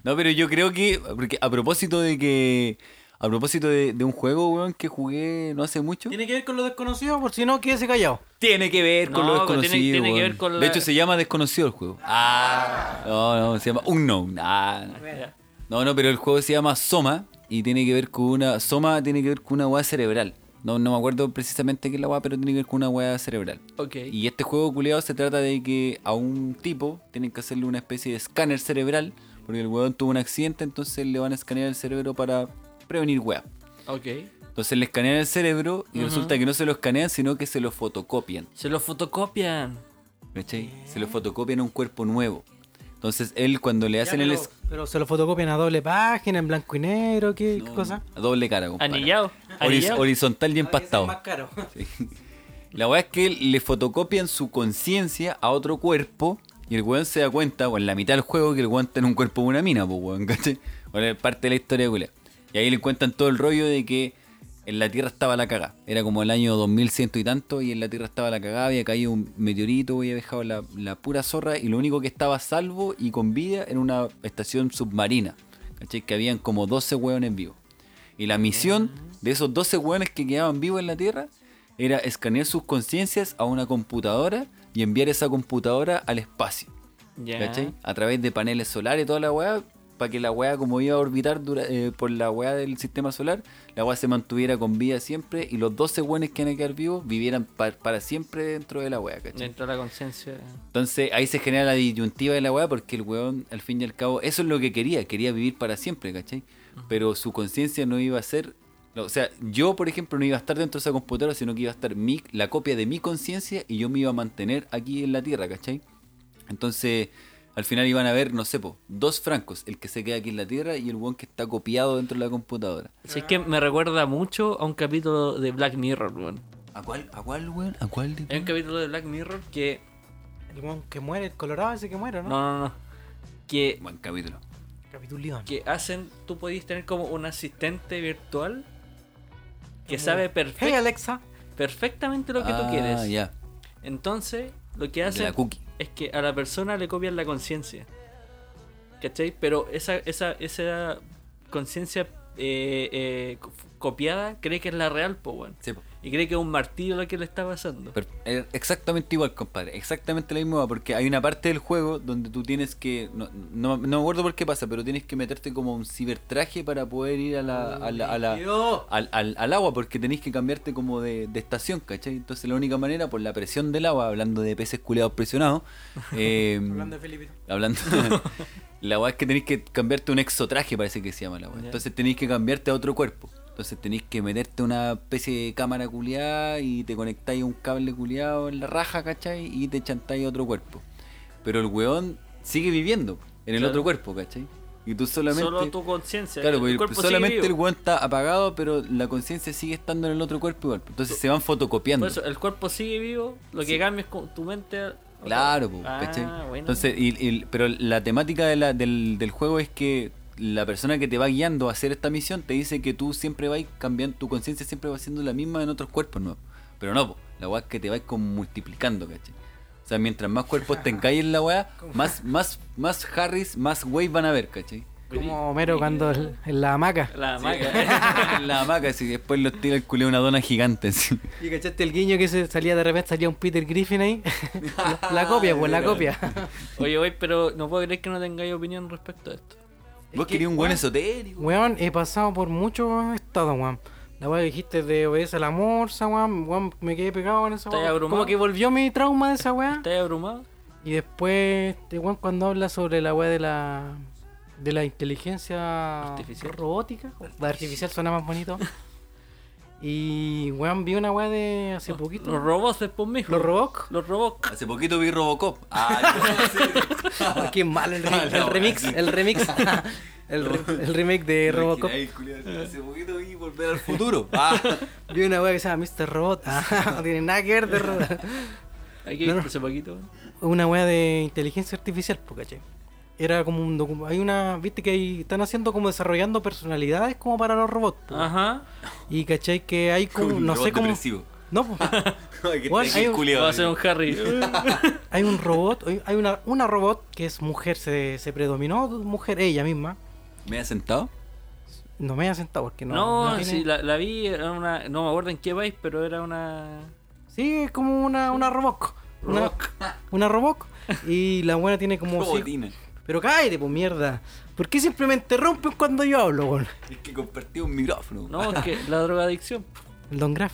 No, pero yo creo que. Porque a propósito de que. A propósito de, de un juego, weón, que jugué no hace mucho. Tiene que ver con lo desconocido, por si no, quédese callado. Tiene que ver con No, lo tiene- desconocido. tiene que weón. ver con la- De hecho, se llama Desconocido el juego. Ah. No, no, se llama Unknown. Ah, no. Ya. no, no, pero el juego se llama Soma y tiene que ver con una. Soma tiene que ver con una hueá cerebral. No, no me acuerdo precisamente qué es la hueá, pero tiene que ver con una hueá cerebral. Ok. Y este juego culeado se trata de que a un tipo tienen que hacerle una especie de escáner cerebral, porque el huevón tuvo un accidente, entonces le van a escanear el cerebro para prevenir hueá. Ok. Entonces le escanean el cerebro y Ujú. resulta que no se lo escanean, sino que se lo fotocopian. Se lo fotocopian. ¿Cachai? Se lo fotocopian a un cuerpo nuevo. Entonces él cuando le hacen Ya, el... pero, es- pero se lo fotocopian a doble página, en blanco y negro, ¿qué No, cosa? a doble cara, compadre. Anillado. Horiz- Anillado. horizontal y empastado. caro. La weá es que le fotocopian su conciencia a otro cuerpo y el weón se da cuenta, o en la mitad del juego, que el weón está en un cuerpo de una mina, pues weón, <laughs> ¿cachai? Bueno, es parte de la historia, weón. Y ahí le cuentan todo el rollo de que en la Tierra estaba la cagada. Era como el año 2100 y tanto y en la Tierra estaba la cagada, había caído un meteorito, había dejado la, la pura zorra y lo único que estaba a salvo y con vida era una estación submarina, ¿cachai? Que habían como 12 weones vivos. Y la misión de esos 12 hueones que quedaban vivos en la Tierra era escanear sus conciencias a una computadora y enviar esa computadora al espacio. Ya. ¿Cachai? A través de paneles solares y toda la weá, para que la weá, como iba a orbitar dura- eh, por la weá del sistema solar, la weá se mantuviera con vida siempre y los 12 hueones que van a quedar vivos vivieran pa- para siempre dentro de la weá, ¿cachai? Dentro de la conciencia. Entonces ahí se genera la disyuntiva de la weá porque el weón, al fin y al cabo, eso es lo que quería, quería vivir para siempre, ¿cachai? Pero su conciencia no iba a ser. no, o sea, yo, por ejemplo, no iba a estar dentro de esa computadora, sino que iba a estar mi, la copia de mi conciencia y yo me iba a mantener aquí en la Tierra, ¿cachai? Entonces, al final iban a haber, no sé, po, dos francos, el que se queda aquí en la Tierra y el weón que está copiado dentro de la computadora. Si es que me recuerda mucho a un capítulo de Black Mirror, weón. ¿A cuál, a cuál weón? ¿A cuál? Hay un capítulo de Black Mirror que. <laughs> El weón que muere, el colorado ese que muere, ¿no? No, no, no. Que Buen capítulo. Capitán León. que hacen, tú podías tener como un asistente virtual que sabe perfect- Hey Alexa. perfectamente lo que tú Ah, quieres. ya. Entonces, lo que el de hacen la cookie. es que a la persona le copian la conciencia. ¿Cachai? Pero esa, esa, esa conciencia eh, eh, co- copiada cree que es la real, po, weón. Sí, po. y cree que es un martillo lo que le está pasando. Pero, eh, exactamente igual, compadre. Exactamente la misma, porque hay una parte del juego donde tú tienes que. No, no, no me acuerdo por qué pasa, pero tienes que meterte como un cibertraje para poder ir a la, a la- a la- Dios. al, al- al agua, porque tenés que cambiarte como de, de estación, ¿cachai? Entonces, la única manera, por la presión del agua, hablando de peces culeados presionados. eh, Hablando de Felipito. <laughs> hablando. la weá es que tenéis que cambiarte un exotraje, parece que se llama la weá. Ya. Entonces tenéis que cambiarte a otro cuerpo. Entonces tenéis que meterte una especie de cámara culiada y te conectáis a un cable culiado en la raja, ¿cachai? Y te chantáis a otro cuerpo. Pero el weón sigue viviendo en el Claro. otro cuerpo, ¿cachai? Y tú solamente. Solo tu conciencia. Claro, tu porque cuerpo sigue solamente vivo. el weón está apagado, pero la conciencia sigue estando en el otro cuerpo igual. Entonces se van fotocopiando. Por eso, el cuerpo sigue vivo, lo que cambia es con tu mente. Claro, po, Ah, ¿cachai? bueno. Entonces, y- y- pero la temática de la- del, del juego es que la persona que te va guiando a hacer esta misión te dice que tú siempre vas cambiando, tu conciencia siempre va siendo la misma en otros cuerpos nuevos. Pero no, po, la weá es que te vas como multiplicando, ¿cachai? O sea, mientras más <laughs> cuerpos te encallen en la weá, más, más, más Harris, más Wave van a ver, ¿cachai? Como Homero cuando el- en la hamaca. La <laughs> hamaca. En la hamaca, así, después los tira el culé una dona gigante. así. Y cachaste el guiño que se salía de repente, salía un Peter <laughs> Griffin ahí. la, la copia, pues, la copia. Oye, güey, pero no puedo creer que no tengáis opinión respecto a esto. Vos querías un buen esotérico. <laughs> Weón, he pasado por muchos estados, weón. La weá que dijiste de obedece a la morsa, weón. Weón, me quedé pegado en esa Estás weá. abrumado. Como que volvió mi trauma de esa weá. ¿Estás abrumado? Y después, este weón, cuando habla sobre la weá de la. de la inteligencia. Artificial. robótica. La artificial suena más <laughs> bonito. Y, weón, vi una weá de hace poquito. Los robots después, mijo. Los robots. Los robots. Hace poquito vi <laughs> Robocop. Ah, Porque es malo el, <laughs> remix, No, el no, remix. sí. El remix. <laughs> el, re- el remake de Robocop. Ah. Ay, culiao, Hace poquito vi volver al <laughs> futuro. Ah. Vi una weá que se llama Mr. Robot. <laughs> Ah, no tiene nada que ver de robot. <laughs> Aquí No, no. ese poquito. una weá de inteligencia artificial, po, caché. Era como un docu- Hay una. Viste que ahí están haciendo como desarrollando personalidades como para los robots. po. Ajá. Y caché que hay como. Un no robot sé cómo. <laughs> depresivo. No, <laughs> po. Ay, que Bueno, está hay aquí un- culiao, Va a ser un así. <laughs> Harry. hay un robot. hay- Hay una, una robot que es mujer, se, se predominó mujer ella misma. ¿Me has sentado? No me haya sentado porque no. No, tiene- sí, la, la vi, era una, no me acuerdo en qué país, pero era una... Sí, es como una, una robot. Una, Rock. <laughs> una robot. Y la buena <laughs> tiene como. sí- Robotina. pero cállate, pues mierda. ¿Por qué simplemente rompen cuando yo hablo, weón? Es que compartí un micrófono. <laughs> No, es que la drogadicción. El Don Graf.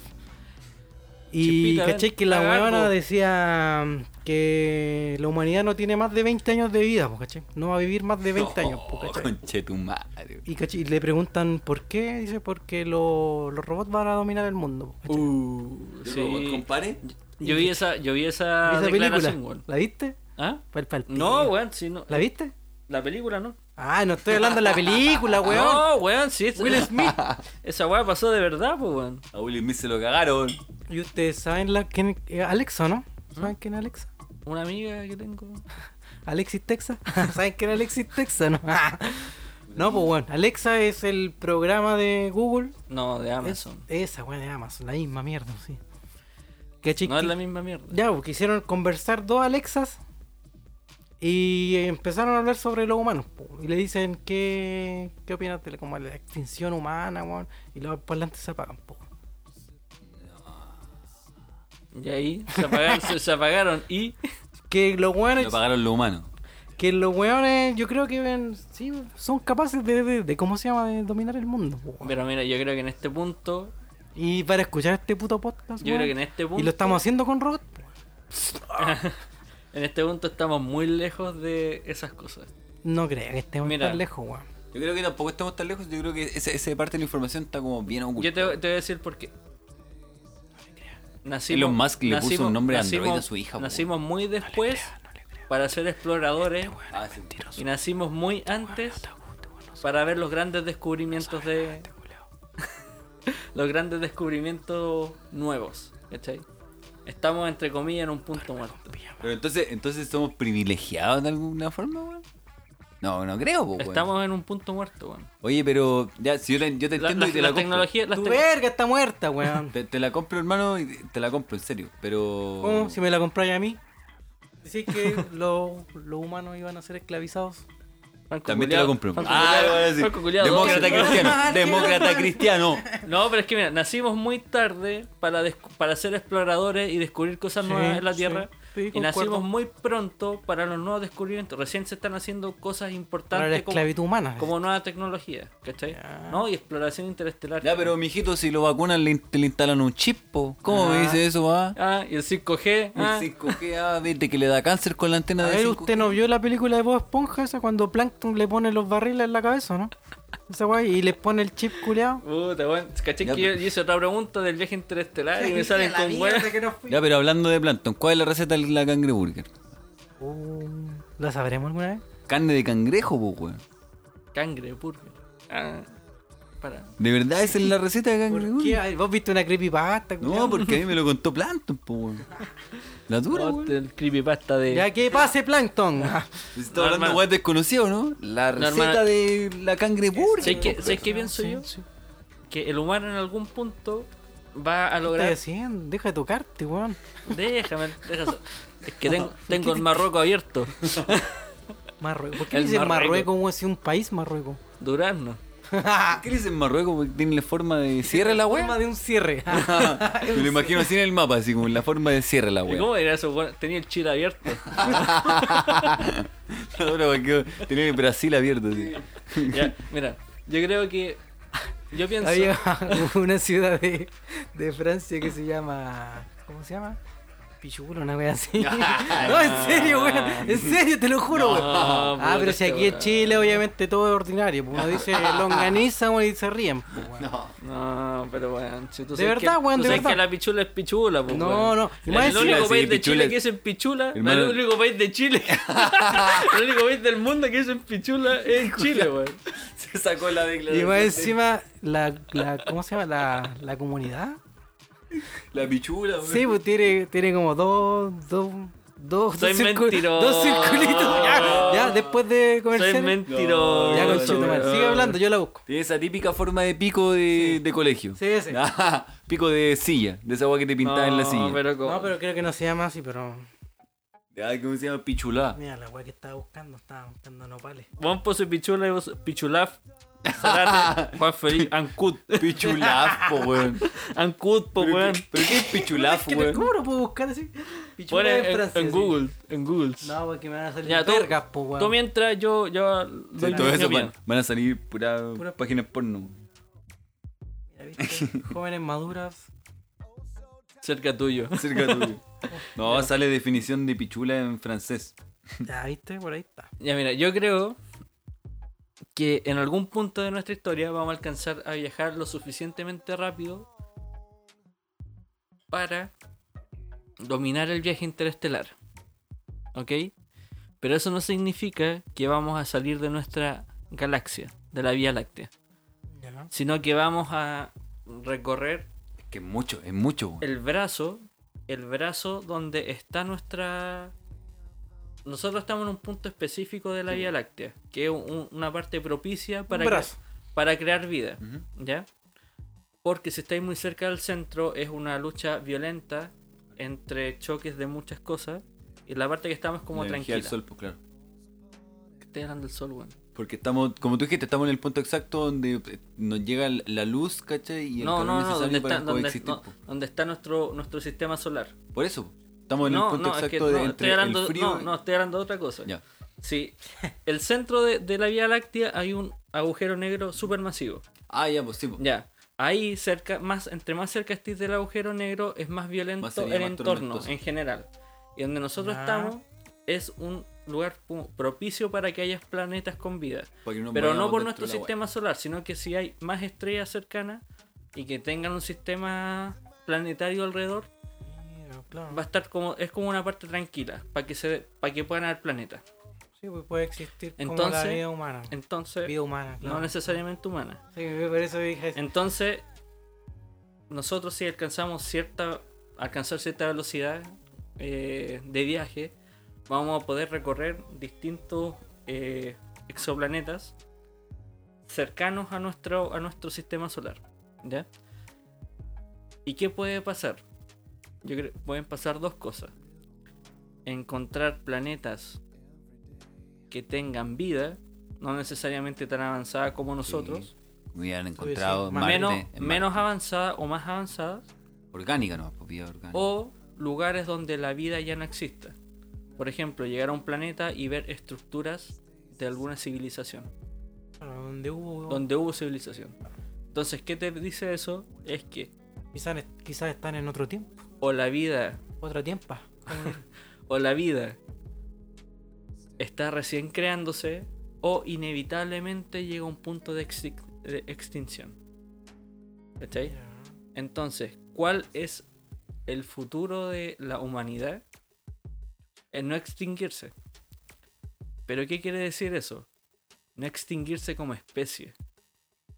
Y Chispita, ven, caché que la haga huevona algo. decía mm, que la humanidad no tiene más de 20 años de vida, po, caché. No va a vivir más de 20 años, po, Oh, caché. conche tu madre. Y, caché, y le preguntan por qué, dice, porque lo- los robots van a dominar el mundo. po, caché. Uh, Robot, sí. compare. Yo vi esa, yo vi ¿Y esa esa película? declaración, weón. ¿La viste? ¿Ah? Pa'l- pa'l No, pico. weón, sí, no. ¿La viste? La película, ¿no? Ah, no estoy hablando de la película, weón. No, weón, sí. es- Will <laughs> Smith. Esa weá pasó de verdad, pues, weón. A Will Smith se lo cagaron. Y ustedes saben la, quién, eh, Alexa, ¿no? ¿Saben quién es Alexa? Una amiga que tengo. <laughs> Alexis Texas. ¿Saben quién es Alexis Texas? No, <laughs> no pues bueno, Alexa es el programa de Google. No, de Es- Amazon. esa weá de Amazon, la misma mierda, sí. ¿Cachai? No es Que- la misma mierda. Ya, porque hicieron conversar dos Alexas y empezaron a hablar sobre los humanos. po. Y le dicen, ¿qué, qué opinas de la- como la extinción humana, weón? Y luego por delante se apagan, po. Y ahí se apagaron, se, se apagaron y Que los Lo weones, pagaron los humanos. que los weones, yo creo que ven, sí, son capaces de, de- de- ¿cómo se llama?, de dominar el mundo, po, weón. Pero mira, yo creo que en este punto. Y para escuchar este puto podcast. Yo weón, creo que en este punto. Y lo estamos haciendo con robot. weón. En este punto estamos muy lejos de esas cosas. No creo que estemos Mira. tan lejos, weón. Yo creo que tampoco estamos tan lejos. Yo creo que esa, esa parte de la información está como bien oculta. Yo te, te voy a decir por qué. Nacimos, Elon Musk le puso nacimos- un nombre de nacimos- androide a su hija, po. Nacimos muy después para ser exploradores Ah, sí. y nacimos muy antes para ver los grandes descubrimientos de. <laughs> los grandes descubrimientos nuevos. ¿Cachai? Estamos entre comillas en un punto muerto. Pero entonces, entonces somos privilegiados de alguna forma, weón. No, no creo, po, weón. Estamos en un punto muerto, weón. Oye, pero ya, si yo, la- yo te La, entiendo la- y la te la, compro. tecnología, las Tu tec- verga está muerta, <laughs> weón. Te, te la compro, hermano, y te la compro, en serio. Pero. ¿Cómo? Si me la compráis a mí. Decís que lo- los humanos iban a ser esclavizados. Franco También te culiao, lo compró. Franco Ah, culiao, lo voy a decir. Franco culiao, <laughs> Demócrata doce. cristiano. Ah, <laughs> qué Demócrata bueno. cristiano. No, pero es que mira, nacimos muy tarde para, descu- para ser exploradores y descubrir cosas Sí, nuevas en la sí. Tierra. Sí, y concuerdo. nacimos muy pronto para los nuevos descubrimientos. Recién se están haciendo cosas Para la importantes como, esclavitud humana. como nueva tecnología, ¿cachai? Ya. ¿No? Y exploración interestelar. Ya, pero mijito, si lo vacunan, le, in- le instalan un chip, po. ¿Cómo me Ah. dice eso, va? Ah, y el 5G. ah. El 5G, ah, viste que le da cáncer con la antena A de ver, 5G. ¿usted no vio la película de Bob Esponja esa cuando Plankton le pone los barriles en la cabeza, no? Esa guay, y le pone el chip culeado. Puta, weón. ¿Cachai Ya, que yo, pero- yo hice otra pregunta del viaje interestelar <laughs> y me salen La con mierda weas? que nos fui. Ya, pero hablando de plancton, ¿cuál es la receta de la cangreburger? Uh, ¿La sabremos alguna vez? Carne de cangrejo, po, weón. Cangre, burger. Ah, para. ¿De verdad esa es la receta de ¿Por qué? cangreburger? Ay, ¿Vos viste una creepypasta? culiao? No, porque a mí me lo contó Plankton, po, weón. La dura, Oh, weón. el creepypasta de. <laughs> Ya que pase Plankton. Estaba hablando Norma- de weón desconocido, ¿no? La receta Norma- de la cangreburger. ¿Sabes qué, sabes qué pienso yo? Que el humano en algún punto va a ¿Qué estás lograr. haciendo? Deja de tocarte, weón. <laughs> Déjame, déjame. Es que tengo, tengo el Marroco abierto. <laughs> Marruecos. ¿Por qué El dice Marruecos. Marruecos como si un país Marruecos? Durazno. <laughs> ¿Qué dicen en Marruecos? Porque tiene la forma de cierre la weá. <laughs> Forma de un cierre. Me lo imagino así en el mapa, así como en la forma de cierre la ¿Y weá. <laughs> cómo era eso? weón? Tenía el chile abierto. Ahora porque tenía el Brasil abierto, así. Ya, mira, yo creo que. Yo pienso. Había <laughs> una ciudad de, de Francia que se llama. ¿Cómo se llama? Pichulo, una wea así. <laughs> no, en serio, weón. En serio, te lo No, juro, weón. Ah, puta, pero si esta aquí en weá. Chile, obviamente todo es ordinario. pues, Uno dice longaniza weón, y se ríen. pues, weón. No, pero weón. si tú De sabes que- verdad, weón, tú de sabes verdad. que la pichula es pichula, pues, No, weón. no. Y El, más el encima- único Sí, país de pichula Chile es- que es en pichula. Hermano- El único país de Chile. <laughs> el único país del mundo que es en pichula es en Chile, <laughs> weón. Se sacó la Y declaración. más encima, la, la, ¿cómo se llama? La, la comunidad. La pichula, weón. Sí, pues tiene, tiene como dos, dos, dos, Soy dos, circu- mentiroso. dos circulitos. Ya, ya, después de Soy comercial. mentiroso. Ya, con conchetumare. weón. Sigue hablando, yo la busco. Tiene esa típica forma de pico de, de colegio. Sí, ese. <laughs> pico de silla, de esa agua que te pintaba en la No, silla. Pero como- No, pero creo que no se llama así, pero. Ay, ¿cómo se llama? Pichulá. Mira, la weá que estaba buscando, estaba buscando nopales. Juan Pozo Pichula, y vos- Pichulaf, <laughs> Zarate, Juan Felipe, Ancut. <laughs> <laughs> Pichulaf, po, weón. Ancut, po, ¿Pero weón. qué- ¿Pero qué es pichulaf, ¿Qué te- weón? ¿Cómo lo puedo buscar así? Pichula pues, Pon en, en, en francés, sí. Google, en Google. No, porque me van a salir Ya, tú- vergas, po, weón. Tú mientras yo, yo doy Sí, mi- todo mi eso opinión. van, van a salir pura, Pura- páginas porno. Mira, ¿viste? Jóvenes maduras. cerca tuyo. Cerca tuyo. <laughs> No, sale definición de pichula en francés. Ya, viste, por ahí está. Ya mira, yo creo que en algún punto de nuestra historia vamos a alcanzar a viajar lo suficientemente rápido para dominar el viaje interestelar. ¿Ok? Pero eso no significa que vamos a salir de nuestra galaxia, de la Vía Láctea, Ya. sino que vamos a recorrer Es que es mucho, es mucho, weón. el brazo, el brazo donde está nuestra... Nosotros estamos en un punto específico de la Vía Láctea, que es un- una parte propicia para, Un brazo. cre- para crear vida, Ujú. ¿ya? Porque si estáis muy cerca del centro es una lucha violenta entre choques de muchas cosas y la parte que estamos como La tranquila. energía del sol, pues claro. ¿Qué estáis hablando del sol, weón? Porque estamos, como tú dijiste, estamos en el punto exacto donde eh, nos llega l- la luz, ¿cachai? Y el No, no, calor no, necesario donde está, para donde, coexistir, no, po. donde está nuestro, nuestro sistema solar. Por eso, estamos en el No, punto no, es que exacto no, de estoy entre hablando, el frío. no, no, estoy hablando de otra cosa. Ya. Sí, el centro de, de la Vía Láctea hay un agujero negro supermasivo. Ah, ya, pues sí, po. Ya. Ahí cerca, más, entre más cerca estés del agujero negro, es más violento Más el sería más entorno tormentoso. en general. Y donde nosotros Ya. estamos es un lugar pu- propicio para que haya planetas con vida. Para que nos Pero no vayamos por dentro nuestro de la sistema solar, sino que si hay más estrellas cercanas y que tengan un sistema planetario alrededor, Mira, claro. va a estar como, es como una parte tranquila, para que se para que puedan haber planetas. Sí, pues puede existir como la Entonces- vida humana. Entonces, Vida humana, no claro. necesariamente humana. Sí, por eso dije eso. Entonces, nosotros si alcanzamos cierta, alcanzar cierta velocidad eh, de viaje, vamos a poder recorrer distintos eh, exoplanetas cercanos a nuestro, a nuestro sistema solar. ¿ya? ¿Y qué puede pasar? Yo creo pueden pasar dos cosas. Encontrar planetas que tengan vida no necesariamente tan avanzada como nosotros, Hubieran encontrado sí. Marte, menos, en menos Marte. avanzada o más avanzadas, Orgánica, no, pues, vida orgánica. o lugares donde la vida ya no exista. Por ejemplo, llegar a un planeta y ver estructuras de alguna civilización, Claro, donde hubo. donde hubo civilización. Entonces, ¿qué te dice eso? Es que Quizás, quizás están en otro tiempo. o la vida, Otra tiempa. o la vida está recién creándose, o inevitablemente llega a un punto de, extin- de extinción. ¿Cachai? Entonces, ¿cuál es el futuro de la humanidad? El no extinguirse. ¿Pero qué quiere decir eso? No extinguirse como especie.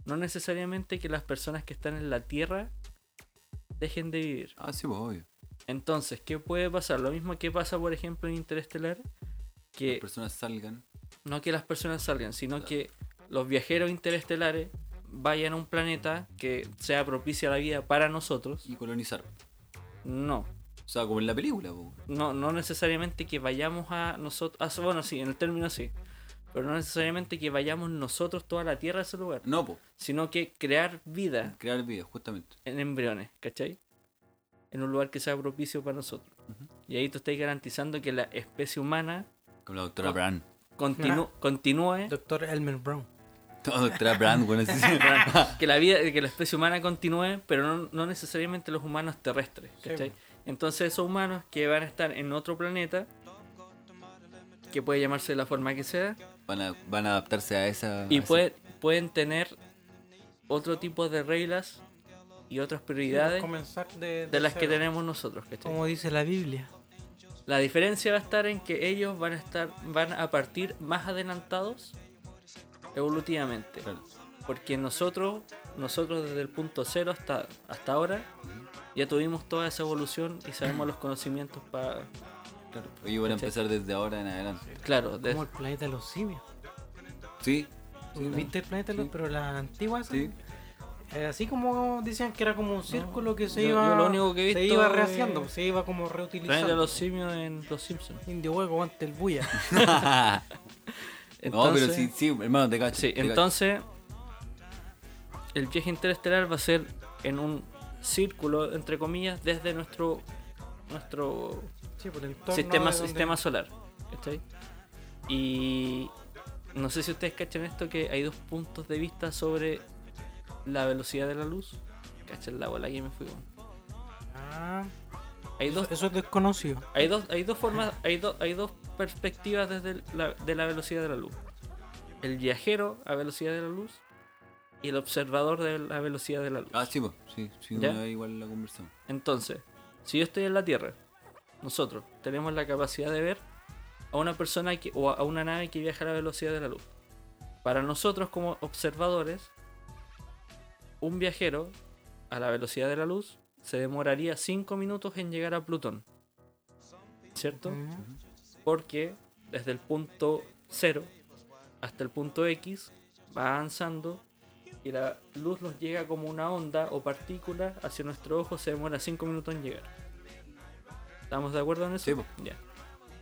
No necesariamente que las personas que están en la Tierra dejen de vivir. Ah, sí, pues, obvio. Entonces, ¿qué puede pasar? Lo mismo que pasa, por ejemplo, en Interestelar, Las que personas salgan. no que las personas salgan, sino que los viajeros interestelares vayan a un planeta que sea propicia a la vida para nosotros. y colonizar. No, O sea, como en la película, pues. po. no, no necesariamente que vayamos a nosotros, bueno, sí, en el término sí, pero no necesariamente que vayamos nosotros toda la Tierra a ese lugar, No, po. sino que crear vida Crear videos, justamente. en embriones, ¿cachai? En un lugar que sea propicio para nosotros. Y ahí tú estás garantizando que la especie humana Como la doctora Co- Brand. continu- continúe, Doctor Elmer Brown. La doctora Brand, bueno, sí, <laughs> sí. <laughs> que la vida, que la especie humana continúe, pero no, no necesariamente los humanos terrestres, ¿cachai? Entonces esos humanos que van a estar en otro planeta, que puede llamarse de la forma que sea, Van a, van a adaptarse a esa. y a esa- puede- pueden tener otro tipo de reglas y otras prioridades Comenzar de, de las que tenemos nosotros, ¿cachai? Como dice la Biblia. La diferencia va a estar en que ellos van a estar, van a partir más adelantados evolutivamente. Claro. Porque nosotros, nosotros desde el punto cero hasta, hasta ahora, ya tuvimos toda esa evolución y sabemos los conocimientos para... Claro. Ellos van a ¿Cachai? empezar desde ahora en adelante. Claro, de- Como el planeta de los simios. Sí, ¿Viste el planeta de los Pero las antiguas. <laughs> sí. Eh, así como decían que era como un círculo que se yo- iba. yo lo único que he Se visto iba es- rehaciendo, se iba como Planeta reutilizando. de los simios en Los Simpsons. Indio huevo ante <laughs> el bulla. no, pero sí, sí, hermano, te cacho. Sí, te cacho. entonces el viaje interestelar va a ser en un círculo, entre comillas, desde nuestro nuestro Sí, por el entorno sistema, de donde- sistema solar. ¿cachai? Y no sé si ustedes cachan esto, que hay dos puntos de vista sobre la velocidad de la luz. Cachan la bola que me fui. weón. Ah, Hay dos, eso es desconocido. hay dos, hay dos formas, hay, dos hay dos perspectivas desde el- la, de la velocidad de la luz. El viajero a velocidad de la luz y el observador de la velocidad de la luz. Ah, sí, po. Sí, sí, ¿Ya? una vez igual la conversamos. Entonces, si yo estoy en la Tierra, nosotros tenemos la capacidad de ver a una persona que, o a una nave que viaja a la velocidad de la luz. Para nosotros como observadores, un viajero a la velocidad de la luz se demoraría 5 minutos en llegar a Plutón. ¿Cierto? Mm. porque desde el punto 0 hasta el punto X va avanzando y la luz nos llega como una onda o partícula hacia nuestro ojo, se demora 5 minutos en llegar. ¿Estamos de acuerdo en eso? Sí, po. Ya.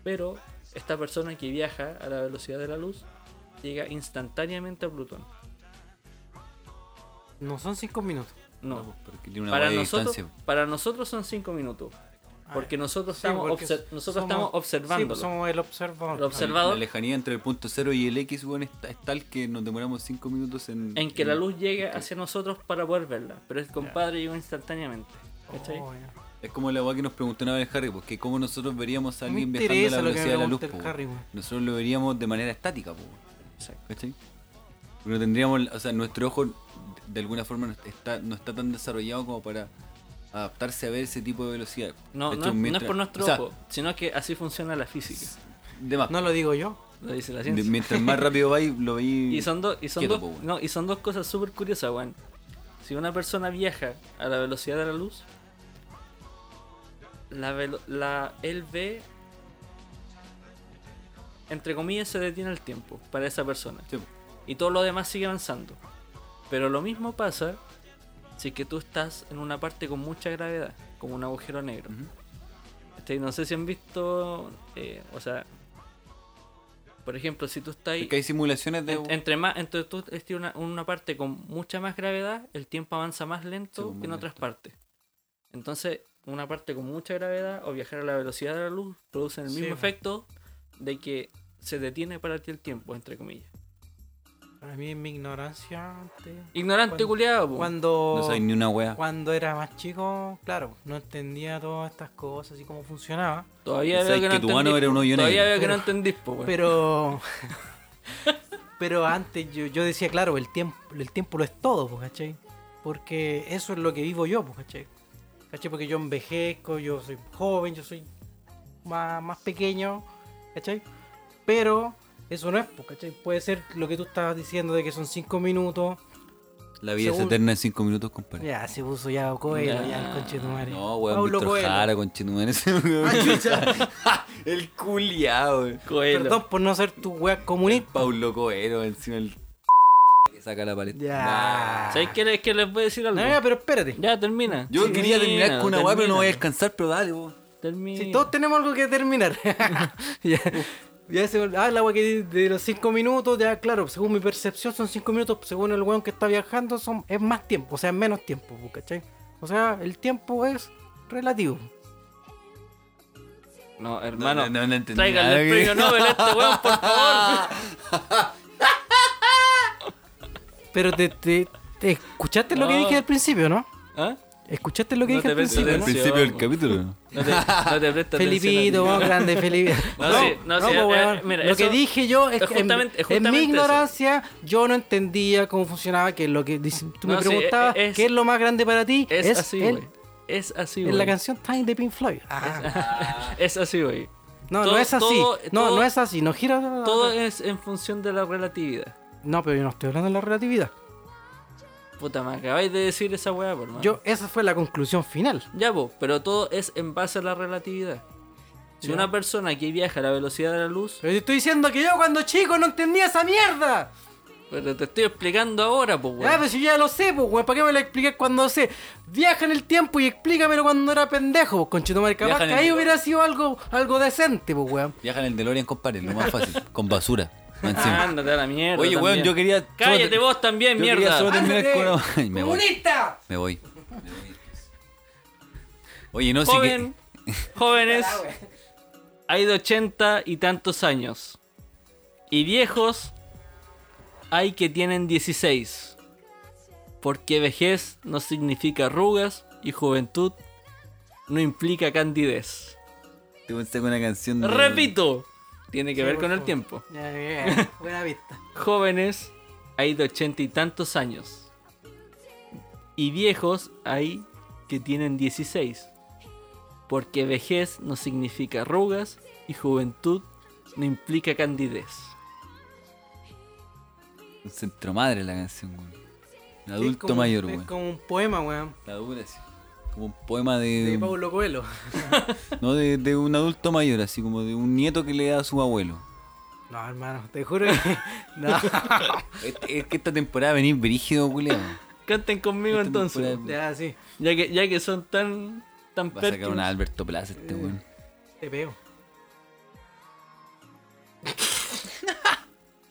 Pero esta persona que viaja a la velocidad de la luz llega instantáneamente a Plutón. No son cinco minutos. No. po, porque pues, tiene una para, hueá de nosotros, distancia. pues. po. para nosotros son 5 minutos. Porque nosotros estamos, porque obser- nosotros somos- estamos Sí, observando. pues somos el observador. El observador. La lejanía entre el punto cero y el X, bueno, es, es tal que nos demoramos 5 minutos en. en que la en- luz llegue hacia nosotros para poder verla, pero el compadre llegó instantáneamente. ¿cachai? Oh, ya. Es como la hueá que nos preguntó una vez el Harry, porque cómo nosotros veríamos a Me alguien viajando a interesa la lo que me velocidad de la luz, pregunta el po. Harry, weón. Nosotros lo veríamos de manera estática, po. Exacto. ¿Cachai? Pero tendríamos, o sea, nuestro ojo de alguna forma no está, no está tan desarrollado como para adaptarse a ver ese tipo de velocidad. No, no, ¿Cachai? es- no es Mientras- por nuestro o sea, ojo, sino que así funciona la física, De más. No lo digo yo. lo dice la De- ciencia. mientras más rápido vais, lo veis. <laughs> Y son, dos- y, son Mm. Quieto, dos, po, weón. no, y son dos cosas súper curiosas, weón. Si una persona viaja a la velocidad de la luz, la velo- la, él ve, entre comillas, se detiene el tiempo para esa persona. Sí, po. y todo lo demás sigue avanzando. Pero lo mismo pasa si es que tú estás en una parte con mucha gravedad, como un agujero negro. Ujú. Este, no sé si han visto, eh, o sea, Por ejemplo, si tú estás ahí- Porque hay simulaciones de. en- entre más, entre tú estés en una, en una parte con mucha más gravedad, el tiempo avanza más lento Sí, pues, que en más otras lento. partes. Entonces, una parte con mucha gravedad o viajar a la velocidad de la luz producen el Sí, mismo pues. efecto de que se detiene para ti el tiempo, entre comillas. Para mí, en mi ignorancia, antes, Ignorante Cuando- culiado, cuando, No sabes ni una wea. cuando era más chico, claro, no entendía todas estas cosas y cómo funcionaba. todavía Sabes veo que no que tu mano entendís, era un po. hoyo Todavía negro. veo que no Pero- entendís, po, Pues. weón. Pero. <laughs> pero antes yo, yo decía, claro, el tiempo, el tiempo lo es todo, pues, ¿cachai? Porque eso es lo que vivo yo, pues, ¿cachai? ¿Cachai? Porque yo envejezco, yo soy joven, yo soy más, más pequeño, ¿cachai? Pero eso no es, pues, ¿cachai? Puede ser lo que tú estabas diciendo de que son cinco minutos. La vida según- es eterna en 5 minutos, compadre. Ya, se puso ya Coelho, ya, el Ya. conche de tu madre. No, weón, Paulo Víctor Coelho. Ah, Jara, conchetumare, <laughs> ese weón. <laughs> El culiao, weón. Coelho. Perdón por no ser tu wea comunista. Paulo Coelho, encima el. <laughs> que saca la paleta. Ya. Nah. ¿Sabéis qué, es que les voy a decir algo? No, no, pero espérate. Ya, termina. Yo Sí. quería terminar con una Termina, weá, pero no voy a termina, alcanzar, pero dale, vos. Termina. Si todos tenemos algo que <laughs> terminar. ya, ya se, ah, el agua que de, de los 5 minutos, ya claro, según mi percepción son 5 minutos, según el weón que está viajando son, es más tiempo, o sea, es menos tiempo, pues, ¿cachai? O sea, el tiempo es relativo. No, hermano. No, no, no entendí Tráiganle nada, el güey. premio Nobel a este weón, por <laughs> favor. Pero te, te- te- escuchaste lo que No. dije al principio, ¿no? ¿Ah? Escuchaste lo que No dije te al pensé principio, en ¿no? el principio del capítulo. No te, no te presta Felipito, atención. vos grande, Felipito. <laughs> No, sí, no, sí, pues, eh, weón, mira, lo eso- que dije yo es, es que en- justamente- es en, mi justamente eso. ignorancia yo no entendía cómo funcionaba, que lo que dice- tú me No, sí, preguntabas, eh, es- ¿qué es lo más grande para ti? Es, así, el- güey. Es así, en la güey. canción Time de Pink Floyd. Es así, güey. No, todo- no es así. todo- no, todo- no es así. No gira. Todo es en función de la relatividad. No, pero yo no estoy hablando de la relatividad. Puta, me acabáis de decir esa weá, por mano. Yo, esa fue la conclusión final. Ya, po, pero todo es en base a la relatividad. Si Ya. una persona que viaja a la velocidad de la luz, Pero te estoy diciendo que yo cuando chico no entendía esa mierda. pero te estoy explicando ahora, pues, Ah, pero si yo ya lo sé, pues, weón, ¿para qué me lo explicas cuando sé? Viaja en el tiempo y explícamelo cuando era pendejo, pues, conchetumare. Capaz Viaja en que el- ahí hubiera sido algo, algo decente, pues, weón. Viaja en el DeLorean, compadre, lo más <laughs> fácil. Con basura. más encima. Ah, Ah, Ándate a la mierda. Oye, weón, también. yo quería. solo Cállate te- vos también, yo quería mierda. solo terminar ¡Ándate, con una- <laughs> Ay, me voy. ¡Comunista! Me voy. Oye, no sé Joven, qué. jóvenes, hay de 80 y tantos años. Y viejos, hay que tienen 16. Porque vejez no significa arrugas y juventud no implica candidez. Te pensé con una canción. de- Repito, tiene que Sí, ver por con el favor. tiempo. Ya, ya, <laughs> ya. Buena vista. Jóvenes, hay de 80 y tantos años. Y viejos, hay que tienen 16. Porque vejez no significa arrugas y juventud no implica candidez. Un centro madre la canción, weón. Un Es adulto como- mayor, Es weón. como un poema, weón. La dura, así. Como un poema de. De Paulo Coelho. No, de, de un adulto mayor, así como de un nieto que le da a su abuelo. No, hermano, te juro que. <laughs> <laughs> No. Este- Es que esta temporada venís brígido, culiao. Canten conmigo Esta entonces. temporada- ya, sí. Ya que, ya que son tan, tan Va a sacar una pérfidos. Alberto Plaza este weón. Te pego.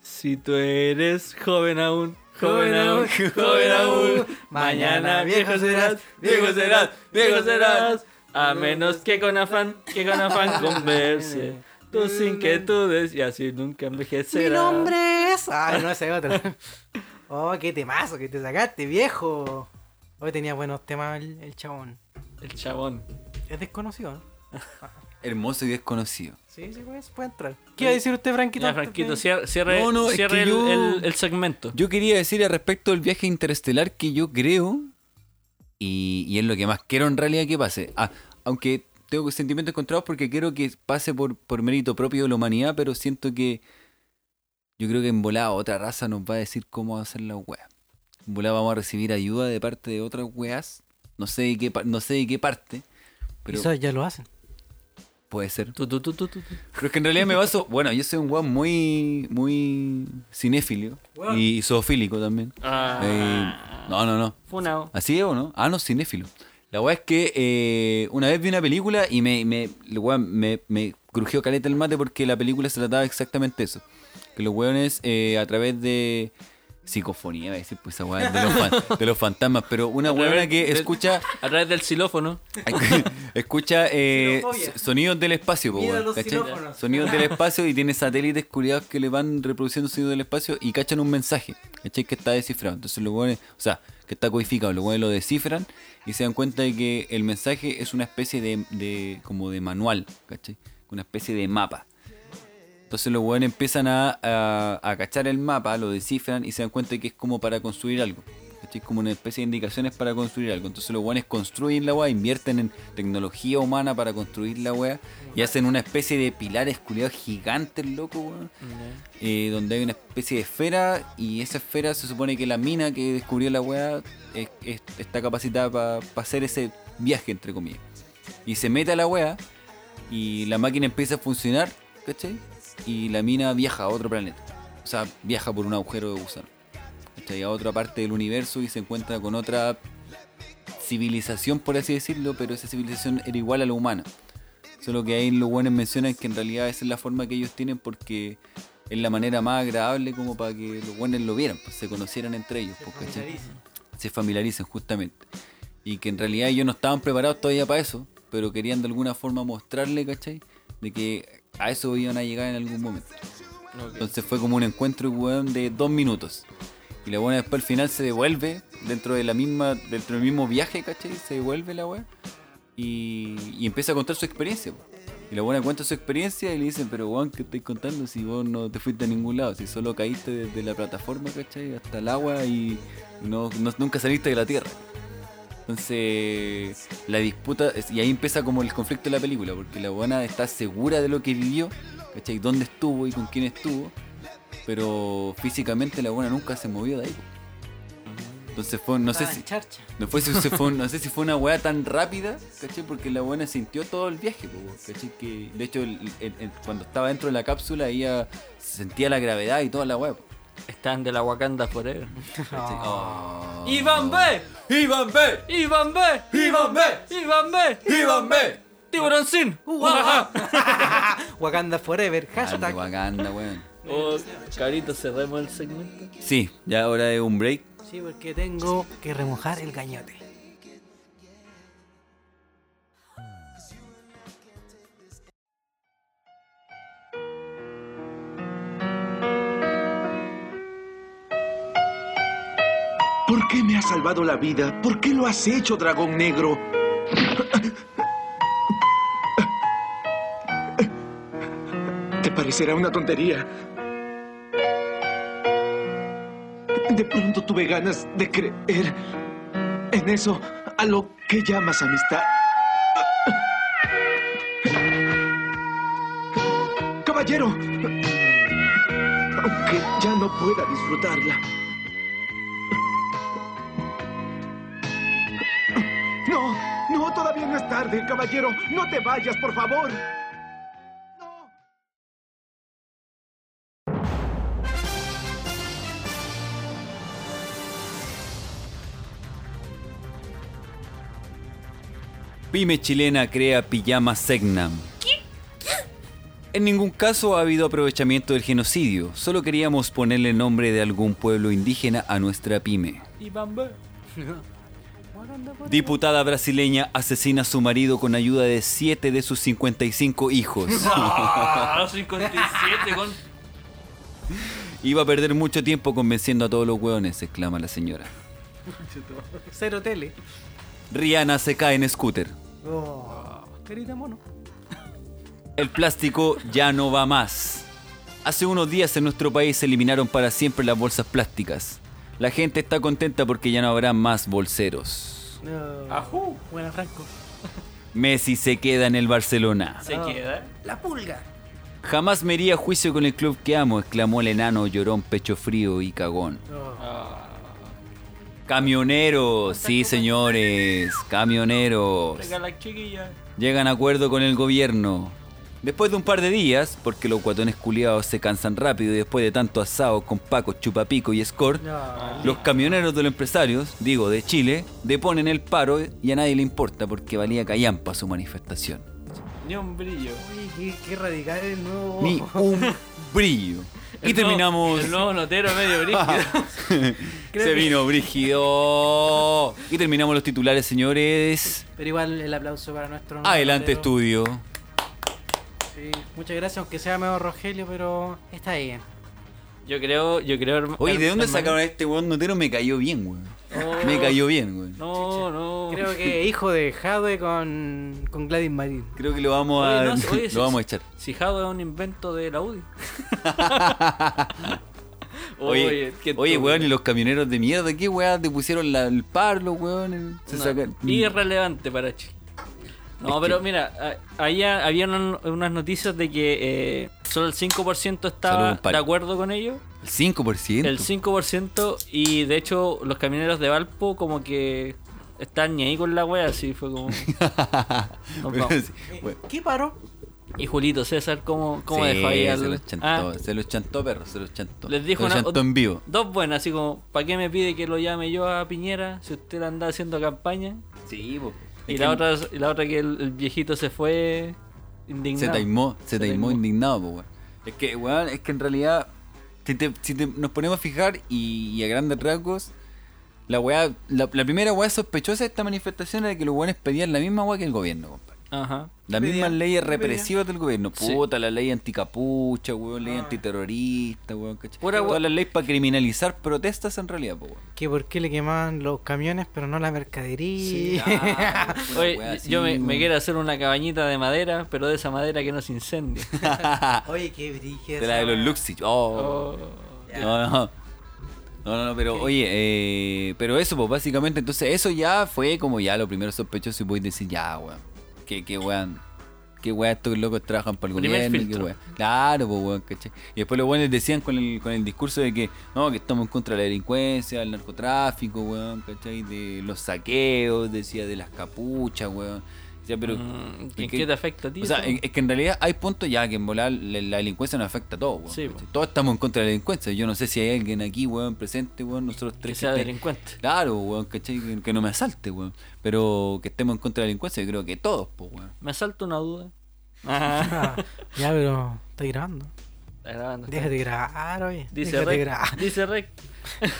Si tú eres joven aún, joven aún, joven aún, mañana viejo serás, viejo serás, viejo serás, a menos que con afán, que con <laughs> afán converse. Tus inquietudes y así nunca envejecerás. Mi nombre es. Ay, no, ese es otro. <laughs> oh, qué temazo que te sacaste, viejo. Hoy tenía buenos temas el, el chabón. El chabón. Es desconocido, ¿no? Hermoso y desconocido. Sí, sí, pues, puede entrar. ¿Qué iba a decir usted, Franquito? Ya, antes Franquito, de- cierre, cierre, No, no, es cierre que el, yo- el- el segmento. Yo quería decir al respecto del viaje interestelar que yo creo, y, y es lo que más quiero en realidad que pase. Ah, aunque tengo sentimientos encontrados porque quiero que pase por, por mérito propio de la humanidad, pero siento que yo creo que en volada otra raza nos va a decir cómo hacer la wea. En volada vamos a recibir ayuda de parte de otras weas. No sé de qué, pa- no sé de qué parte, pero Quizás ya lo hacen. puede ser. Tu, tu, tu, tu, tu, tu. Pero es que en realidad me baso. Bueno, yo soy un weón muy. muy. cinéfilo. Y zoofílico también. Eh, no, no, no. Ah, Funao. ¿Así es o no? Ah, no, cinéfilo. La weá es que eh, una vez vi una película y me, me, la weá me, me crujió caleta el mate porque la película se trataba exactamente eso. Que los weones eh, a través de psicofonía, voy a decir, pues esa weá de los, fan- de los fantasmas, pero una weona través que de- escucha A través del xilófono. <laughs> escucha eh, Xilofobia. so- sonidos del espacio, po, Miedo a weón, los ¿cachai? xilófonos. sonidos <laughs> del espacio y tiene satélites curiados que le van reproduciendo sonidos del espacio y cachan un mensaje, ¿cachai? Que está descifrado. Entonces los weones, o sea, que está codificado, los weones lo descifran y se dan cuenta de que el mensaje es una especie de, de- como de manual, ¿cachai? Una especie de mapa. Entonces los weones empiezan a, a- a cachar el mapa, lo descifran y se dan cuenta de que es como para construir algo. ¿cachai? Como una especie de indicaciones para construir algo. Entonces los weones construyen la weá, invierten en tecnología humana para construir la weá y hacen una especie de pilares culiados gigantes, loco, weón. eh, donde hay una especie de esfera y esa esfera se supone que la mina que descubrió la weá es- es- está capacitada para hacer ese viaje, entre comillas. Y se mete a la weá y la máquina empieza a funcionar, ¿cachai? Y la mina viaja a otro planeta. O sea, viaja por un agujero de gusano. ¿Cachai? A otra parte del universo y se encuentra con otra civilización, por así decirlo, pero esa civilización era igual a la humana. Solo que ahí los buenos mencionan que en realidad esa es la forma que ellos tienen porque es la manera más agradable como para que los buenos lo vieran, pues, se conocieran entre ellos, pues, ¿cachai? Ah. se familiaricen justamente. Y que en realidad ellos no estaban preparados todavía para eso, pero querían de alguna forma mostrarle, ¿cachai? De que a eso iban a llegar en algún momento. Entonces fue como un encuentro, weón, de dos minutos. Y la buena después al final se devuelve dentro de la misma, dentro del mismo viaje, ¿cachai? Se devuelve la weá. Y, y empieza a contar su experiencia. po. Y la buena cuenta su experiencia y le dicen, pero weón, ¿qué estáis contando si vos no te fuiste a ningún lado? Si solo caíste desde la plataforma, ¿cachai? Hasta el agua y no, no- nunca saliste de la tierra. Entonces, la disputa, es- y ahí empieza como el conflicto de la película, porque la buena está segura de lo que vivió, ¿cachai? ¿Dónde estuvo y con quién estuvo? Pero físicamente la buena nunca se movió de ahí. po. Entonces fue, no sé si... charcha. No, fue, si- se fue- no sé si fue una weá tan rápida, ¿cachai? Porque la buena sintió todo el viaje, po, weón, ¿cachai? Que, de hecho, el- el- el- cuando estaba dentro de la cápsula, ella sentía la gravedad y toda la weá. po. Están de la Wakanda <laughs> Forever. Oh. ¡Iván B! ¡Iván B! ¡Iván B! ¡Iván B! ¡Iván B! ¡Iván B! ¡Tiburón sin! Uh, ah. Wakanda Forever, Grande hashtag. Wakanda, weón. <laughs> Oh, cabrito, cerremos el segmento. Sí, ya ahora es un break. Sí, porque tengo que remojar el cañote. ¿Por qué me has salvado la vida? ¿Por qué lo has hecho, dragón negro? Te parecerá una tontería. De pronto tuve ganas de creer en eso a lo que llamas amistad. Caballero, aunque ya no pueda disfrutarla. No, no, todavía no es tarde, caballero. No te vayas, por favor. No. Pyme chilena crea pijama Segnam. En ningún caso ha habido aprovechamiento del genocidio, solo queríamos ponerle nombre de algún pueblo indígena a nuestra pyme. ¡Iván B! Diputada brasileña asesina a su marido con ayuda de 7 de sus 55 hijos. <laughs> ¡Ah! 57 con. Iba a perder mucho tiempo convenciendo a todos los hueones, exclama la señora. Cero tele. Rihanna se cae en scooter. Oh. Carita mono. El plástico ya no va más. Hace unos días en nuestro país se eliminaron para siempre las bolsas plásticas. La gente está contenta porque ya no habrá más bolseros. ¡Ajú! Ah, Buena Franco. Messi se queda en el Barcelona. Se queda. La pulga. Jamás me iría a juicio con el club que amo, exclamó el enano llorón pecho frío y cagón. Ah. Camioneros, sí señores, camioneros. Venga la chiquilla. Llegan a acuerdo con el gobierno. Después de un par de días, porque los cuatones culiados se cansan rápido y después de tanto asado con Paco, Chupapico y Score, Ah. los camioneros de los empresarios, digo de Chile, deponen el paro y a nadie le importa porque valía callampa su manifestación. Ni un brillo. Oye, qué, qué radical el nuevo. Ni un brillo. Y El nuevo- terminamos. El nuevo notero medio <laughs> brígido. Creo que- Se vino brígido. Y terminamos los titulares, señores. Pero igual el aplauso para nuestro. nuevo Adelante, portero. estudio. Sí, muchas gracias, aunque sea medio Rogelio, pero está bien. Yo creo, yo creo. herma- Oye, ¿de dónde hermano- sacaron a este weón notero? Me cayó bien, weón. Oh. Me cayó bien, weón. No, no. Creo que hijo de Jadwe con, con Gladys Marín. Creo que lo vamos Oye, a, <laughs> no, oye, sí, lo vamos sí. a echar. Si Jado es un invento de la UDI. <laughs> Oye, qué oye, turbio. weón, y los camioneros de mierda, ¿qué weón? Te pusieron la- el parlo, weón. Se No, sacan- Irrelevante para Chile. Es que- No, pero mira, a- allá habían un- unas noticias de que eh, solo el 5% Salud, estaba compadre. de acuerdo con ello. El 5%. El 5% y de hecho los camioneros de Valpo como que están ni ahí con la wea, así fue <laughs> como... Nos Pero vamos. sí, weón. ¿Qué paró? Y Julito César, ¿cómo, cómo Sí, dejó ahí al- Se los chantó, Ah, se los chantó, perro, se los chantó. les dijo se los una- chantó en vivo. dos buenas, así como, ¿para qué me pide que lo llame yo a Piñera si usted anda haciendo campaña? Sí, Y la, otra, y la otra que el, el viejito se fue Se indignado. taimó, se, Se taimó taimó. indignado, po, weón. Es que, weón, es que en realidad, si, te- si te- nos ponemos a fijar y, y a grandes rasgos, la weá, la, la primera weá sospechosa de esta manifestación era que los weones pedían la misma weá que el gobierno, compadre. Ajá. Las ¿Qué pedían? mismas leyes ¿Qué pedían? represivas del gobierno. Sí. Puta, la ley anticapucha, weón, ley antiterrorista, weón, ¿cachai? Pura Ah. Todas weá- las leyes para criminalizar protestas en realidad, po, weón. Que por qué le quemaban los camiones, pero no la mercadería. <laughs> Ah, pura Oye, weá así, yo me, me weón. quiero hacer una cabañita de madera, pero de esa madera que no se incendia. ah, Oye, qué brígida. De la de los Luxich. <laughs> Oh. Oh. No, no. No, no, no, pero oye, eh, pero eso, pues básicamente, entonces eso ya fue como ya lo primero sospechoso y voy a decir, ya, weón, que, que weón, que weón estos locos trabajan para el Primer gobierno, que filtro. weón. Claro, pues weón, ¿cachai? Y después los weones decían con el, con el discurso de que, no, que estamos en contra de la delincuencia, del narcotráfico, weón, ¿cachai? De los saqueos, decía, de las capuchas, weón. Decía, pero... Mm, ¿y ¿En qué te afecta a ti? o sea, eso? es es que en realidad hay puntos ya que en volar la, la delincuencia nos afecta a todos, weón, Sí, ¿cachai? po. Todos estamos en contra de la delincuencia. Yo no sé si hay alguien aquí, weón, presente, weón, nosotros que tres. sea esté- delincuente. Claro, weón, ¿cachai? Que, que no me asalte, weón. Pero que estemos en contra de la delincuencia, yo creo que todos, pues, weón. Me salta una duda. Ah. Ah, Ya, pero estoy grabando. <laughs> Está grabando. Déjate grabar, oye. Dice Déjate Rec. <laughs> grabar. Dice Rec. Oye,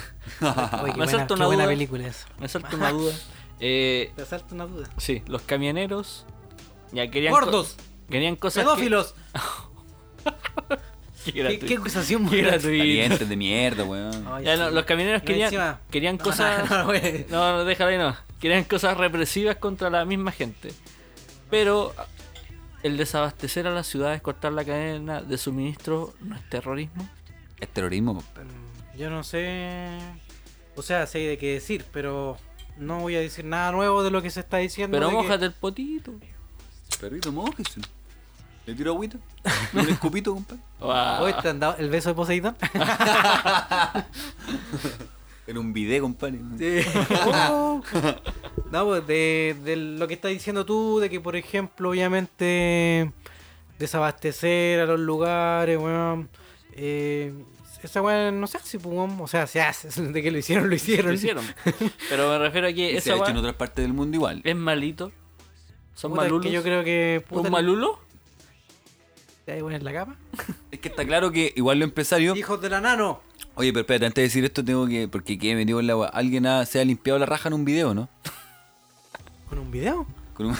qué Me buena, salta qué una buena duda. película eso. Me salta una <laughs> duda. Eh, Me salta una duda. sí, los camioneros ya querían. co- Gordos, Querían cosas. que- pedófilos. Qué Qué, gratuito. qué acusación muy Qué gratuita. Calientes de <laughs> mierda, weón. Ay, Ya, sí. no, los camioneros No, querían, encima- querían <laughs> No, cosas. no, no, güey. No, no, déjalo ahí no. Querían cosas represivas contra la misma gente. Pero el desabastecer a las ciudades, cortar la cadena de suministro, ¿no es terrorismo? Es terrorismo, po. Mm, Yo no sé. O sea, sé de qué decir, pero no voy a decir nada nuevo de lo que se está diciendo. Pero de que- mojate el potito. Perrito, mojese. Le tiro <laughs> agüita. Un escupito, compadre. Guau. Oye, ¿te han dado el beso de Poseidón? En un video, compadre. Oh. no, pues de, de lo que estás diciendo tú, de que por ejemplo, obviamente, desabastecer a los lugares, weón. eh, esa weón, no sé si, pues, weón, o sea, se hace, <laughs> de que lo hicieron, lo hicieron. Lo hicieron. Pero me refiero a <laughs> que <laughs> Y se esa ha hecho weá en otras partes del mundo igual. es malito. Son Puta, es que malulos. yo creo que. puta, ¿Un malulo? ¿te hay weón en la capa? Es que está claro que igual los empresarios ¡Hijos de la nano! Oye, pero espérate, antes de decir esto tengo que... Porque quedé metido en la agua. Alguien ha- se ha limpiado la raja en un video, ¿no? ¿Con un video? Con un,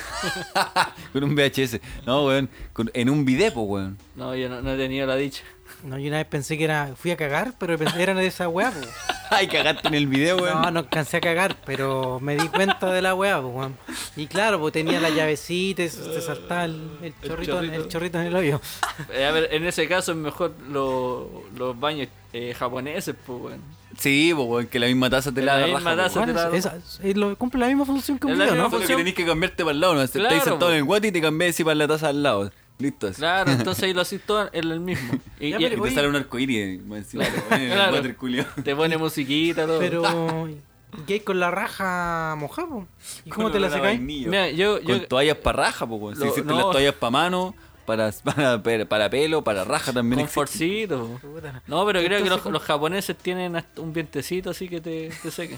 <laughs> con un VHS. No, weón. con- en un video, po, weón. <laughs> No, yo no, no he tenido la dicha. No, yo una vez pensé que era. Fui a cagar, pero pensé que era de esa weá, pues. Ay, cagaste en el video, weón. No, no alcancé a cagar, pero me di cuenta de la weá, pues, weón. Y claro, pues tenía la llavecita y se se saltaba el, el chorrito, en- el chorrito. chorrito en el hoyo. <laughs> Eh, a ver, en ese caso es mejor lo- los baños eh, japoneses, pues, <laughs> weón. Sí, po, weón, que la misma taza te En la, la la misma raja, taza. po, weón. ¿Cuál es? Esa- es lo- cumple la misma función que un Es la video, misma ¿no? función. Solo que tenés que cambiarte para el lado, ¿no? Si Claro, estáis sentado po. en el guate y te cambias así para la taza al lado. Listo. así. Claro, entonces ahí lo haces todo en el mismo. Y, Ya, y- Y te Oye. sale un arcoíris. weón, encima, weón, en el Claro. water, culiao. te pone musiquita, todo. Pero. ¿Qué hay con la raja mojada, po? ¿Y cómo Con te la olor a sacáis? vainillo. Mira, yo, yo, Con toallas para raja, po, weón. Si Lo- existen no. las toallas para mano, para, <laughs> para, para pelo, para raja también con existen. forcito. Puta. No, pero creo que Entonces, <laughs> los, los japoneses tienen hasta un vientecito así que te, te seca.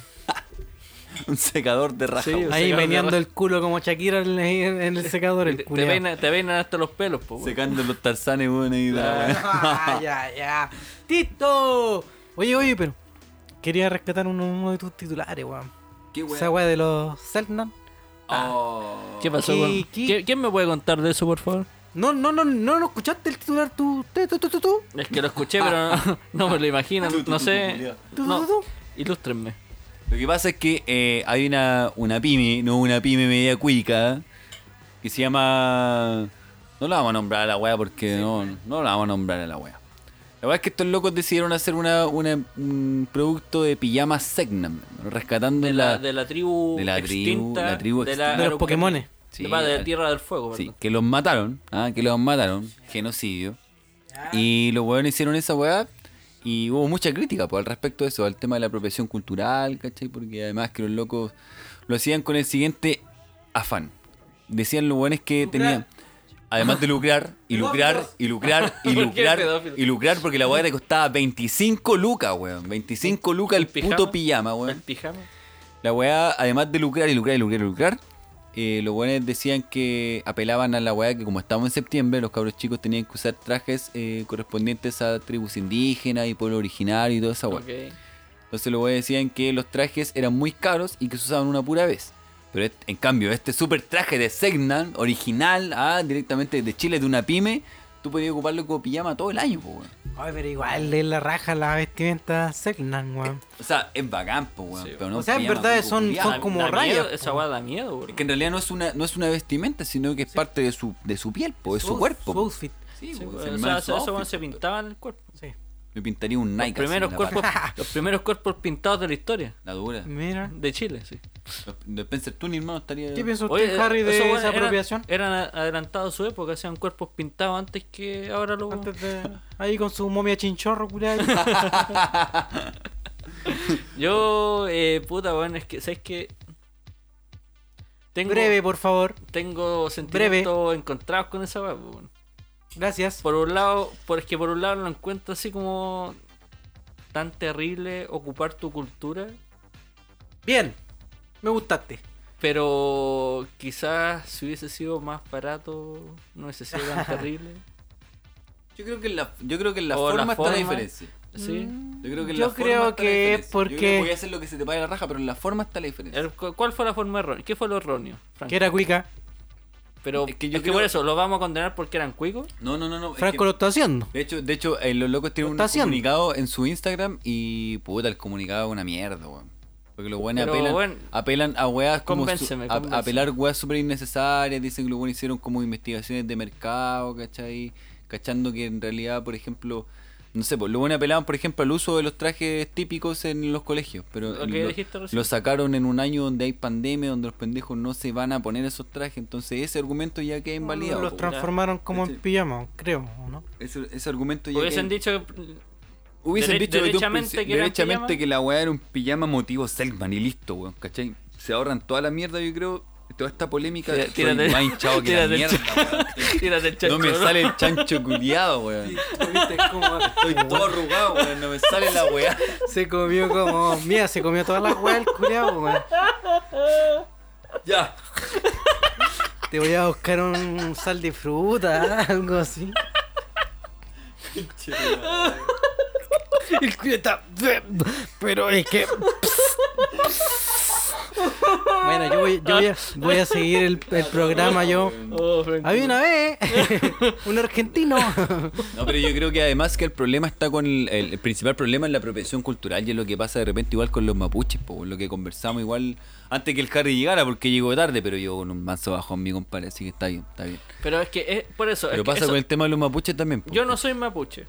un secador de raja. Sí, weón. Ahí secador de meneando raja. el culo como Shakira en, en- en el secador. Te, El te culiao. peinan- te peinan hasta los pelos, po. weón. Secando los tarzanes, weón, ahí la weá. Ah, ya, ya. ¡Tito! Oye, oye, pero quería rescatar uno, uno de tus titulares, weón. Qué weón. Esa weá de los Selknam. Oh. ¿Qué pasó, ¿Qué- weón? qué? ¿Qui- ¿Quién me puede contar de eso, por favor? No, no, no, no, no escuchaste el titular tú. tú, tú, tú, tú, tú, Es que lo escuché, pero no, <laughs> no me lo imagino, Tú, tú, Ah. no tú, tú, sé. culiao. tú, No, tú, tú. ilústrenme. Lo que pasa es que eh, hay una, una pyme, no una pyme media cuica, que se llama. No la vamos a nombrar a la wea porque no, no la vamos a nombrar a la wea. La wea es que estos locos decidieron hacer una, una- un producto de pijamas Segnam, rescatando De la. la, Ah, de la tribu de la tribu- extinta, la tribu de, extinta. la, De los Pokémones. Sí, de, va, de la- la Tierra del Fuego, Sí, perdón. que los mataron, ah, que los mataron, genocidio. Y los huevones hicieron esa weá y hubo mucha crítica pues, al respecto de eso, al tema de la apropiación cultural, ¿cachai? Porque además que los locos lo hacían con el siguiente afán. Decían los hueones que tenían, además de lucrar, y lucrar, y lucrar, <laughs> ¿Por y qué lucrar, pedófilos? y lucrar, porque la weá le costaba 25 lucas, weón. 25 lucas el ¿Pijama? puto pijama, weón. El pijama. La weá, además de lucrar y lucrar y lucrar y lucrar, eh, los weones decían que apelaban a la weá que como estamos en septiembre, los cabros chicos tenían que usar trajes eh, correspondientes a tribus indígenas y pueblo originario y toda esa weá. Ok. Entonces los weones decían que los trajes eran muy caros y que se usaban una pura vez. Pero est- en cambio, este super traje de Segnan, original, ah, directamente de Chile, de una pyme, tú podías ocuparlo como pijama todo el año, po, weón. Ay, pero igual es la raja la vestimenta Selknam, weón. O sea, es bacán, po, weón. Sí, pero no O sea, en pijama, verdad tipo son- son pijama. como da rayas, miedo, po. Esa weá da miedo, Es weón. que en realidad no es una, no es una vestimenta, sino que es parte de su, de su piel, po, de pues, su, cuerpo. Su po. outfit. Sí, Sí, po, weón, es el o man sea, su esos weones outfit. se pintaban el cuerpo. Sí. Me pintaría un Nike. Los primeros, así en la cuerpos, paca. <laughs> los primeros cuerpos pintados de la historia. La dura. Mira. De Chile, sí. Los- De Spencer Tunney, hermano, estaría. ¿Qué piensa Oye, eh, usted, Harry, esos de weones esa eran- apropiación? Eran, a- adelantados a su época, hacían cuerpos pintados antes que ahora lo. Antes de... Ahí con su momia chinchorro, culiao. Yo, eh, puta, weón, es que, ¿sabes qué? Tengo, Breve, por favor. tengo sentimientos encontrados con esa weá, po, weón. Gracias. Por un lado, por- es que por un lado lo encuentro así como tan terrible ocupar tu cultura, Bien. Me gustaste. pero quizás si hubiese sido más barato, no hubiese sido <laughs> tan terrible. Yo creo que en la, yo creo que en la O la forma está la forma. diferencia. ¿Sí? Yo creo que en Yo la forma creo está la que diferencia. es porque- Yo creo que podía hacer lo que se te pague la raja, pero en la forma está la diferencia. El- cu- ¿Cuál fue la forma errónea? ¿Qué fue lo erróneo? Franco? Que era cuica. Pero Es es que que, yo creo- por eso, ¿lo vamos a condenar porque eran cuicos? No, no, no, no. es Franco que- lo está haciendo. De hecho, de hecho eh, los locos tienen Lo un está haciendo. comunicado en su Instagram y puta, el comunicado es una mierda, weón. Porque los buenos Pero, apelan, weón, apelan a weas como. su- convénceme, a- convénceme. apelar weas súper innecesarias. Dicen que los buenos hicieron como investigaciones de mercado, ¿cachai? Cachando que en realidad, por ejemplo. No sé, pues los buenos apelaban, por ejemplo, al uso de los trajes típicos en los colegios. Pero Lo que lo, dijiste recién. lo sacaron en un año donde hay pandemia, donde los pendejos no se van a poner esos trajes. Entonces ese argumento ya queda invalidado. Los po. transformaron como Sí. en pijama, creo, ¿o ¿no? Ese, ese argumento ya Hubiesen queda- dicho <laughs> Hubiesen Dere- dicho desde un derechamente principio- que eran derechamente pijamas. que la weá era un pijama motivo Selman y listo, weón, ¿cachai? Se ahorran toda la mierda, yo creo, toda esta polémica. Tira- Estoy tírate- más hinchado que la tírate el mierda, weón. Tírate el <laughs> chancho. No me sale el chancho culiado, weón. Estoy todo arrugado, weón. No me sale la weá. <laughs> Se comió como. Mira, se comió todas las weas el culiao, weón. Ya. Te voy a buscar un sal de fruta, <laughs> algo así. El culiao está. Pero es que. Bueno, yo voy, yo voy, a, voy a seguir el, el programa yo. Oh, Franco. Había una vez <laughs> un argentino. No, pero yo creo que además que el problema está con el, el- el principal problema es la apropiación cultural y es lo que pasa de repente igual con los mapuches, po, lo que conversamos igual antes que el Harry llegara porque llegó tarde, pero yo con un manso bajón mi compadre, así que está bien, está bien. Pero es que es por eso. es Pero que pasa eso- con el tema de los mapuches también. po. Yo no soy mapuche.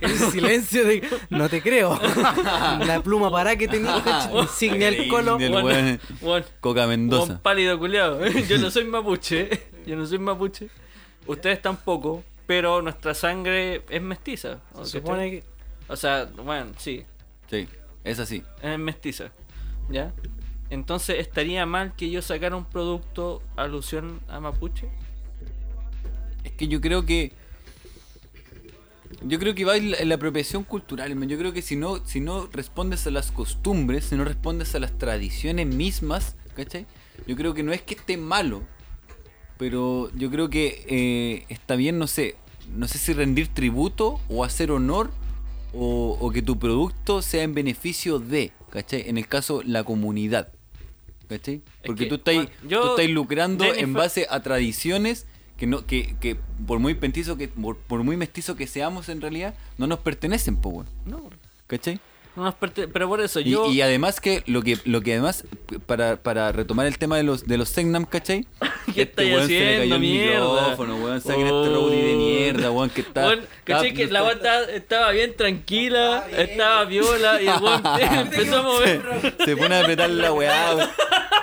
El silencio de. No te creo. La pluma para que <laughs> tenía, cacho, insignia al colo. El Bueno, weón- <laughs> bueno, Coca Un Mendoza. pálido culiado. <laughs> Yo no soy mapuche. <laughs> Yo no soy mapuche. Ustedes tampoco. Pero nuestra sangre es mestiza. ¿o Se supone que. cachai? O sea, bueno, sí. Sí, es así. Es mestiza. ¿Ya? Entonces, ¿estaría mal que yo sacara un producto alusión a mapuche? Es que yo creo que Yo creo que va en la- en la apropiación cultural, man. yo creo que si no, si no respondes a las costumbres, si no respondes a las tradiciones mismas, ¿cachai? Yo creo que no es que esté malo, pero yo creo que eh, está bien, no sé, no sé si rendir tributo o hacer honor o, o que tu producto sea en beneficio de, ¿cachai? En el caso, la comunidad, ¿cachai? Porque que, tú estás Juan, yo- tú estás lucrando en Jennifer- base a tradiciones que no que, que por muy pentizo que por, por muy mestizo que seamos en realidad no nos pertenecen po, weón. No, ¿cachai? no nos perte- pero por eso Y, yo... y además que lo que lo que además para, para retomar el tema de los de los Segnam, ¿cachai? <laughs> Este ¿Qué estáis weón se le cayó haciendo, el mierda? micrófono, weón, saquen este Oh. Rowdy de mierda, weón, que está Weón, ¿cachai está- que la weá estaba- estaba bien tranquila, estaba viola y el <laughs> weón <laughs> empezó a mover. se pone a apretar la weá. weón.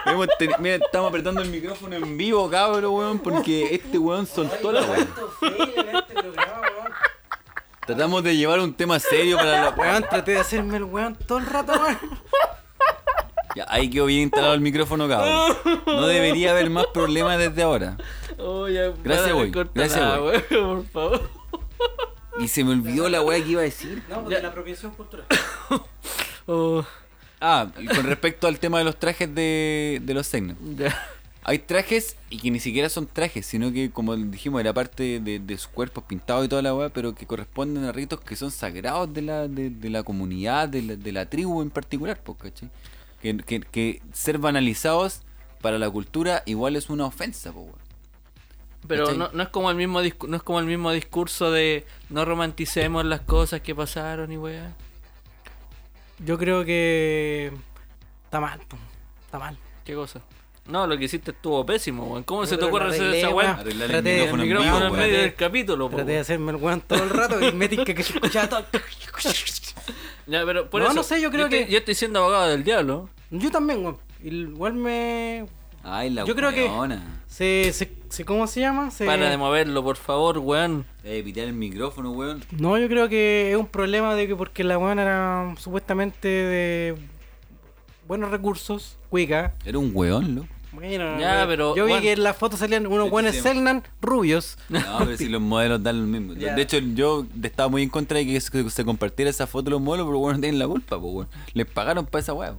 Hemos teni- Mira, estamos apretando el micrófono en vivo, cabrón, weón, porque este weón soltó la weá. Tratamos de llevar un tema serio para la weá. Weón, traté de hacerme el weón todo el rato, weón. Ya, ahí quedó bien instalado el micrófono, cabrón. No debería haber más problemas desde ahora. Oh, ya, Gracias, para, güey. corta Gracias, la, güey. weón, <laughs> por favor. Y se me olvidó la weá que iba a decir. No, de la apropiación cultural. Oh, Ah, y con respecto al tema de los trajes de, de los signos. ya. Hay trajes y que ni siquiera son trajes, sino que, como dijimos, era parte de, de sus cuerpos pintados y toda la weá, pero que corresponden a ritos que son sagrados de la, de, de la comunidad, de la, de la tribu en particular, po, ¿cachai? Que, que- que ser banalizados para la cultura igual es una ofensa, po, weón. Pero ¿Cachai? no, no es como el mismo discu- no es como el mismo discurso de no romanticemos las cosas que pasaron y weá. Yo creo que. Está mal, po. Está mal. ¿Qué cosa? No, lo que hiciste estuvo pésimo, weón. ¿Cómo se te pero ocurre lo hacer arreglé, esa weón. weá? Arreglar el traté de- micrófono en micrófono vivo, Micrófono en weón. medio weón. del capítulo, po, Traté de weón. hacerme el weón todo el rato y me tinca que se escuchaba todo. <laughs> Ya, pero por No, eso, no sé, yo creo que- estoy- yo estoy siendo abogado del diablo. Yo también, weón. Igual me. Ay, la Yo creo que- weona. Se, se, se- ¿Cómo se llama? Se... Para de moverlo, por favor, weón. Debe pitear el micrófono, weón. No, yo creo que es un problema de que porque la weón era supuestamente de buenos recursos, cuica. Era un weón, loco. Bueno, Ya, weón. pero, yo vi weón. que en las fotos salían unos Este buenos sistema. Selnan rubios. <laughs> No, pero si los modelos dan lo mismo. Ya. De hecho, yo estaba muy en contra de que se, se compartiera esa foto de los modelos, pero bueno, no tienen la culpa, pues, weón. Les pagaron para esa weá.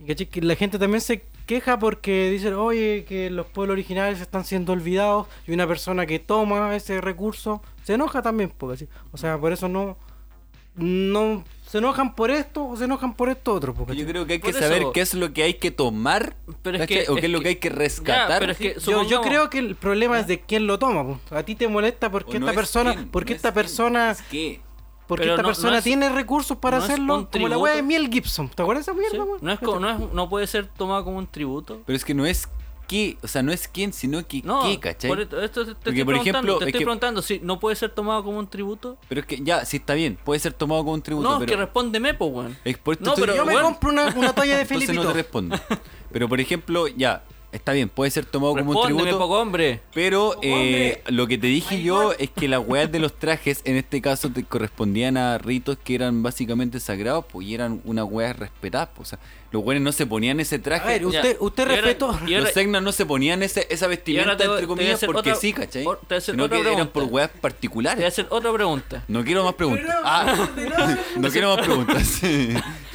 Y caché que la gente también se queja porque dicen, oye, que los pueblos originales están siendo olvidados y una persona que toma ese recurso se enoja también, porque así. O sea, por eso no. No se enojan por esto o se enojan por esto otro. Porque Yo creo que hay que Por eso- saber qué es lo que hay que tomar Pero es ¿cachai? que- o es qué es lo que que- hay que Ya, rescatar. pero es que yo, supongamos- yo creo que el problema es de quién lo toma. po. A ti te molesta Ah. porque O no esta es persona, quién, porque no es esta quién, persona, es qué. porque Pero esta no- no persona es- tiene recursos para no es un hacerlo, como la tributo. wea de Miel Gibson. ¿Te acuerdas de esa mierda, Sí. weón? No, es co- no, es- no puede ser tomado como un tributo. Pero es que no es qué, o sea, no es quién, sino que No, qué, ¿cachai? por esto, esto te- te, Porque, estoy, por preguntando, ejemplo, te es estoy que- preguntando si no puede ser tomado como un tributo. Pero es que ya, sí está bien, puede ser tomado como un tributo, no, es pero... que respóndeme, po, weón. es por esto No, estoy- pero, Yo me weón, compro una, una toalla de Entonces Felipito. no te respondo. <laughs> Pero por ejemplo, ya, está bien, puede ser tomado como un respóndeme, tributo. poco hombre. Oh, Pero eh, lo que te dije yo es que las weas de los trajes en este caso te correspondían a ritos que eran básicamente sagrados pues, y eran unas weas respetadas. pues, o sea, los weones no se ponían ese A ver, traje. usted, Ya. usted Y ahora- respetó. y ahora- los segnas no se ponían ese- esa vestimenta, te voy- te entre voy a comillas, hacer porque otra- sí, ¿cachai? o- te voy a hacer Sino otra que eran pregunta. por weas Te voy a particulares. hacer otra <laughs> pregunta. No quiero más preguntas. Ah, <laughs> no quiero más preguntas.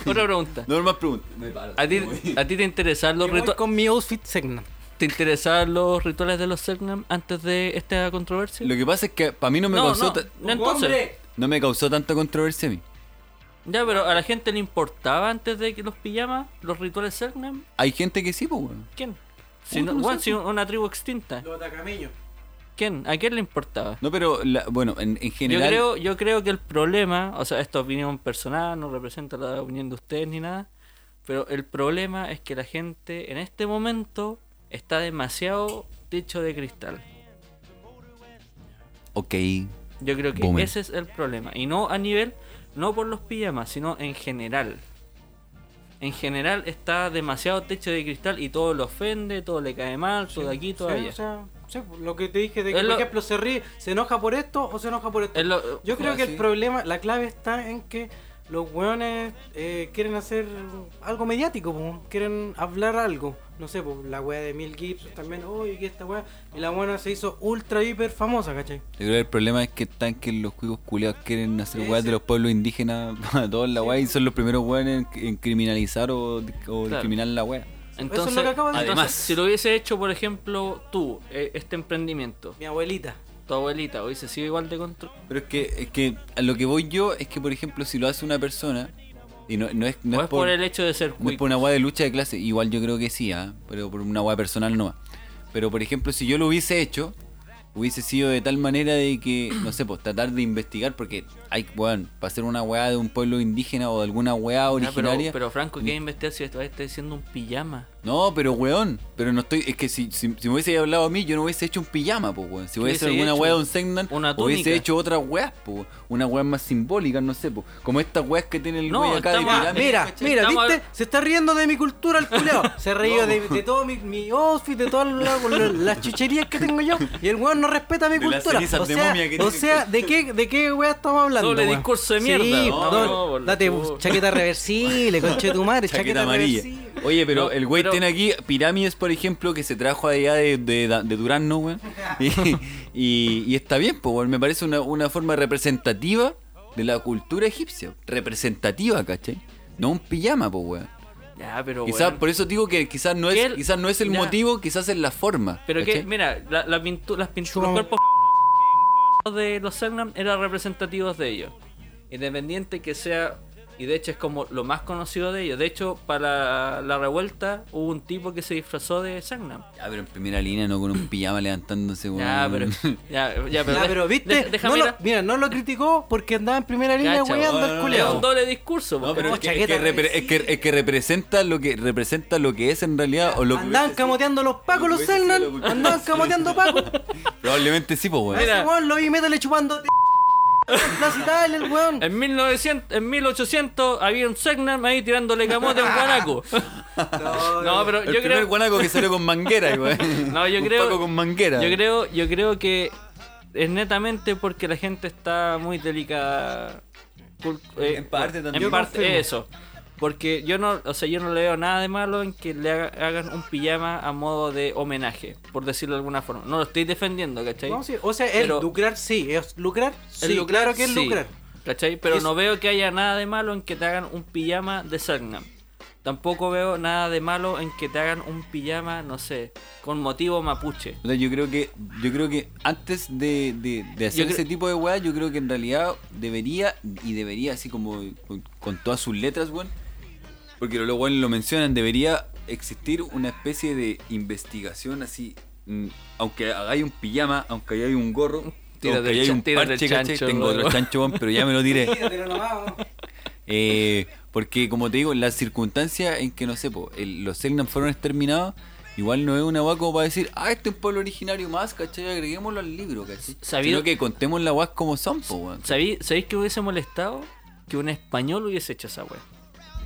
Otra pregunta. No más preguntas. Me paro. ¿A ti, a ti te interesaban los Yo voy rituales? con mi outfit Segna. ¿Te interesaban los rituales de los Segnam antes de esta controversia? Lo que pasa es que para mí no me no, causó no, ta- no, entonces. no me causó tanta controversia a mí. Ya, pero a la gente le importaba antes de que los pijamas, los rituales Segnam. Hay gente que sí, pues, weón. ¿Quién? Si Puta, no, no bueno, sé, si una tribu extinta. ¿Quién? ¿A quién le importaba? No, pero la- bueno, en, en Yo general. creo, yo creo que el problema, o sea, esta opinión personal no representa la opinión de ustedes ni nada, pero el problema es que la gente en este momento está demasiado techo de cristal. Ok. Yo creo que Boomer. ese es el problema. Y no a nivel, no por los pijamas, sino en general. En general está demasiado techo de cristal y todo lo ofende, todo le cae mal, todo de aquí, todo Sí, allá. o sea, sí, pues, lo que te dije de que, Es por lo- ejemplo, se ríe, se enoja por esto o se enoja por esto. Es lo- Yo creo Ah, que sí. el problema, la clave está en que los weones eh, quieren hacer algo mediático, po, quieren hablar algo. No sé, po, la wea de Mil Gibson también, oye, que esta wea. Y la buena se hizo ultra hiper famosa, ¿cachai? Yo creo que el problema es que están que los cuicos culiados quieren hacer Sí, weas de sí. los pueblos indígenas <laughs> a todos la wea y son los primeros weas en, en criminalizar o, o discriminar la wea. Entonces, Eso es lo que acabo de decir. además, si lo hubiese hecho, por ejemplo, tú, eh, este emprendimiento, Mi abuelita. tu abuelita, hoy se sigue igual de control. Pero es que, es que a lo que voy yo es que, por ejemplo, si lo hace una persona y no, no es, no No es por, el hecho de ser No es cuico. por una guay de lucha de clase, igual yo creo que sí, ¿ah? pero por una guay personal no. Pero por ejemplo, si yo lo hubiese hecho, hubiese sido de tal manera de que, no sé, pues tratar de investigar, porque hay, weón, para hacer una weá de un pueblo indígena o de alguna weá Ya, pero, originaria. Mm. pero Franco, ¿qué investigar si esto está diciendo un pijama? No, pero weón, pero no estoy, es que si, si, si me hubiese hablado a mí, yo no hubiese hecho un pijama, pues weón. Si hubiese hubiese alguna hecho? weá de un Segnan, Una hubiese túnica. hecho otra weá, pues, una weá más simbólica, no sé, pues. Como estas weas que tiene el No, güey acá de estamos- pirámide. Mira, ¿cachai? mira, Estamos- ¿viste? Se está riendo de mi cultura el <laughs> culeado. Se ha reído de, de todo mi, mi outfit, de todas las, las chucherías que tengo yo. Y el weón no respeta mi De las cultura. cenizas o de sea, momia que o dicen sea ¿de qué, de qué weá estamos hablando? Doble weón? discurso de Sí, mierda, po, no, doble- no, por la date chucha. chaqueta reversible, conche tu <laughs> madre, chaqueta, chaqueta amarilla. reversible. Oye, pero No, el güey pero- tiene aquí pirámides, por ejemplo, que se trajo allá de, de, de <laughs> Durazno, güey. <laughs> Y, y- y está bien, pues, güey. Me parece una, una forma representativa de la cultura egipcia. Representativa, ¿cachai? No un pijama, pues, güey. Ya, pero. Quizás, weón. por eso digo que quizás no ¿Qué es, el- quizás no es el Ya. motivo, quizás es la forma. Pero que, ¿cachai? mira, la, la pintu- las pinturas, Chum. los cuerpos <laughs> de los Segnam eran representativos de ellos. Independiente que sea, y de hecho es como lo más conocido de ellos. De hecho, para la, la revuelta hubo un tipo que se disfrazó de Segnam. Ya, Ah, pero en primera línea, no con un pijama levantándose, güey. Ya, pero. Ya, ya, pero, Ya, de- pero viste, de- déjame no lo- ir a- mira, no lo criticó porque andaba en primera línea Cacha, weando el no, no, es culeado. un doble discurso. <laughs> No, porque- pero es que, es chaqueta que repre- es que- reversible. es que representa lo que representa lo que es en realidad o lo que Andaban hubiese camoteando los pacos lo que los hubiese sido Selnan, la cultura. andaban camoteando pacos. sido. <laughs> Probablemente sí, pues, güey. <laughs> A Mira. ese weón lo vi, métele chupando. <laughs> t- en Plaza Italia, el weón. En, 1900, en 1800 había un Segnam ahí tirándole camote a un <laughs> guanaco. No, pero El yo primer creo. guanaco que salió con manguera, güey. <laughs> No, yo Un creo- Paco con manguera. Yo creo, yo creo que es netamente porque la gente está muy delicada. Cul- eh, En parte también. En Yo parte confirmo. eso. Porque yo no, o sea, yo no le veo nada de malo en que le haga- hagan un pijama a modo de homenaje, por decirlo de alguna forma. No lo estoy defendiendo, ¿cachai? No, sí, O sea, el Pero- lucrar sí, es lucrar. El Sí, lucrar, claro que es sí, lucrar. ¿Cachai? Pero Es- no veo que haya nada de malo en que te hagan un pijama de Sarnam. Tampoco veo nada de malo en que te hagan un pijama, no sé, con motivo mapuche. O sea, yo creo que, yo creo que antes de, de- de hacer Yo creo- ese tipo de weá, yo creo que en realidad debería, y debería así como con, con todas sus letras, weón. Porque los weones lo mencionan, debería existir una especie de investigación así. mm, Aunque hagáis un pijama, aunque haya un gorro, Tírate aunque el haya chan- un tírate el parche, ¿cachai? chancho, Tengo otro weón. chancho, weón, pero ya me lo diré. <laughs> Eh, porque como te digo, las circunstancias en que no sé, po, el- los Selnam fueron exterminados, igual no es una guá como para decir, ah, este es un pueblo originario más, ¿cachai? Agreguémoslo al libro, ¿cachai? Sabido- Sino que contemos la guas como son, po, weón. ¿Sabí- ¿Sabéis que hubiese molestado que un español hubiese hecho esa wea?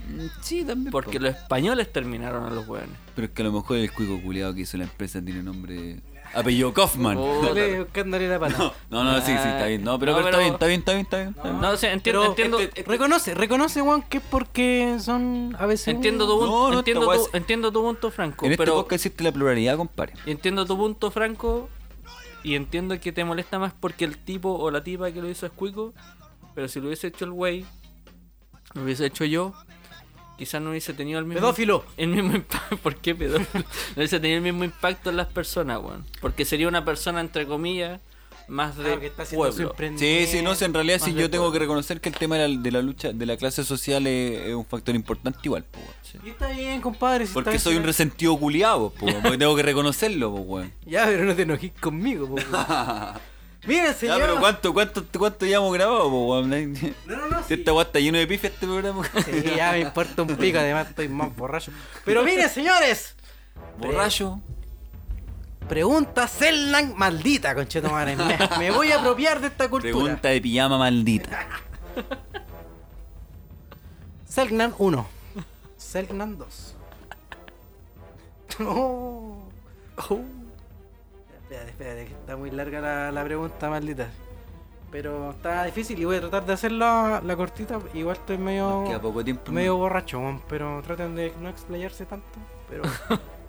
Mm, Sí, también. Porque po. los españoles terminaron a los weones. Pero es que a lo mejor el cuico culiado que hizo la empresa tiene nombre. Apellido Kaufman. Oh, Dale, Oscar, la pata. <laughs> No, no, sí, sí, está bien. No, pero, No, pero pero- está bien, está bien, está bien, está bien. está bien. No, o sea, enti- Pero entiendo, este- este- reconoce, reconoce, Juan, que es porque son a veces. entiendo, tu, No, pun- no, esta entiendo, wea tu, es- entiendo tu punto, Franco. en este pero podcast existe la pluralidad, compadre. entiendo tu punto, Franco. Y entiendo que te molesta más porque el tipo o la tipa que lo hizo es cuico. Pero si lo hubiese hecho el wey, lo hubiese hecho yo, quizás no hubiese tenido el mismo. Pedófilo. El mismo impacto. <laughs> ¿Por qué pedófilo? No hubiese tenido el mismo impacto en las personas, weón. Porque sería una persona, entre comillas, más de Ah, que está haciendo su pueblo. Sí, emprendimiento. sí, no sé, en realidad sí, más de yo tengo pueblo. que reconocer que el tema de la, de la lucha de la clase social es, es un factor importante igual, po, weón. Y está bien, compadre. si Porque está soy un bien. resentido culiado, po, weón, porque tengo que reconocerlo, po, weón. Ya, pero no te enojís conmigo, po, weón. Mira, Ya, señor. pero ¿cuánto, cuánto, cuánto ya hemos grabado, po, weón? No, no, no. Si sí. esta weá está lleno de pifia este programa. <laughs> Sí, ya me importa un pico, además estoy más borracho. Pero miren, señores. Borracho. Pregunta Celnan maldita, conchetumare. Me, me voy a apropiar de esta cultura. Pregunta de pijama maldita. Selknan 1. Selknan 2. Oh. Espérate, espérate, que está muy larga la, la pregunta, maldita. Pero está difícil y voy a tratar de hacerla la cortita. Igual estoy medio, Queda poco tiempo. medio borracho, weón, pero traten de no explayarse tanto. Pero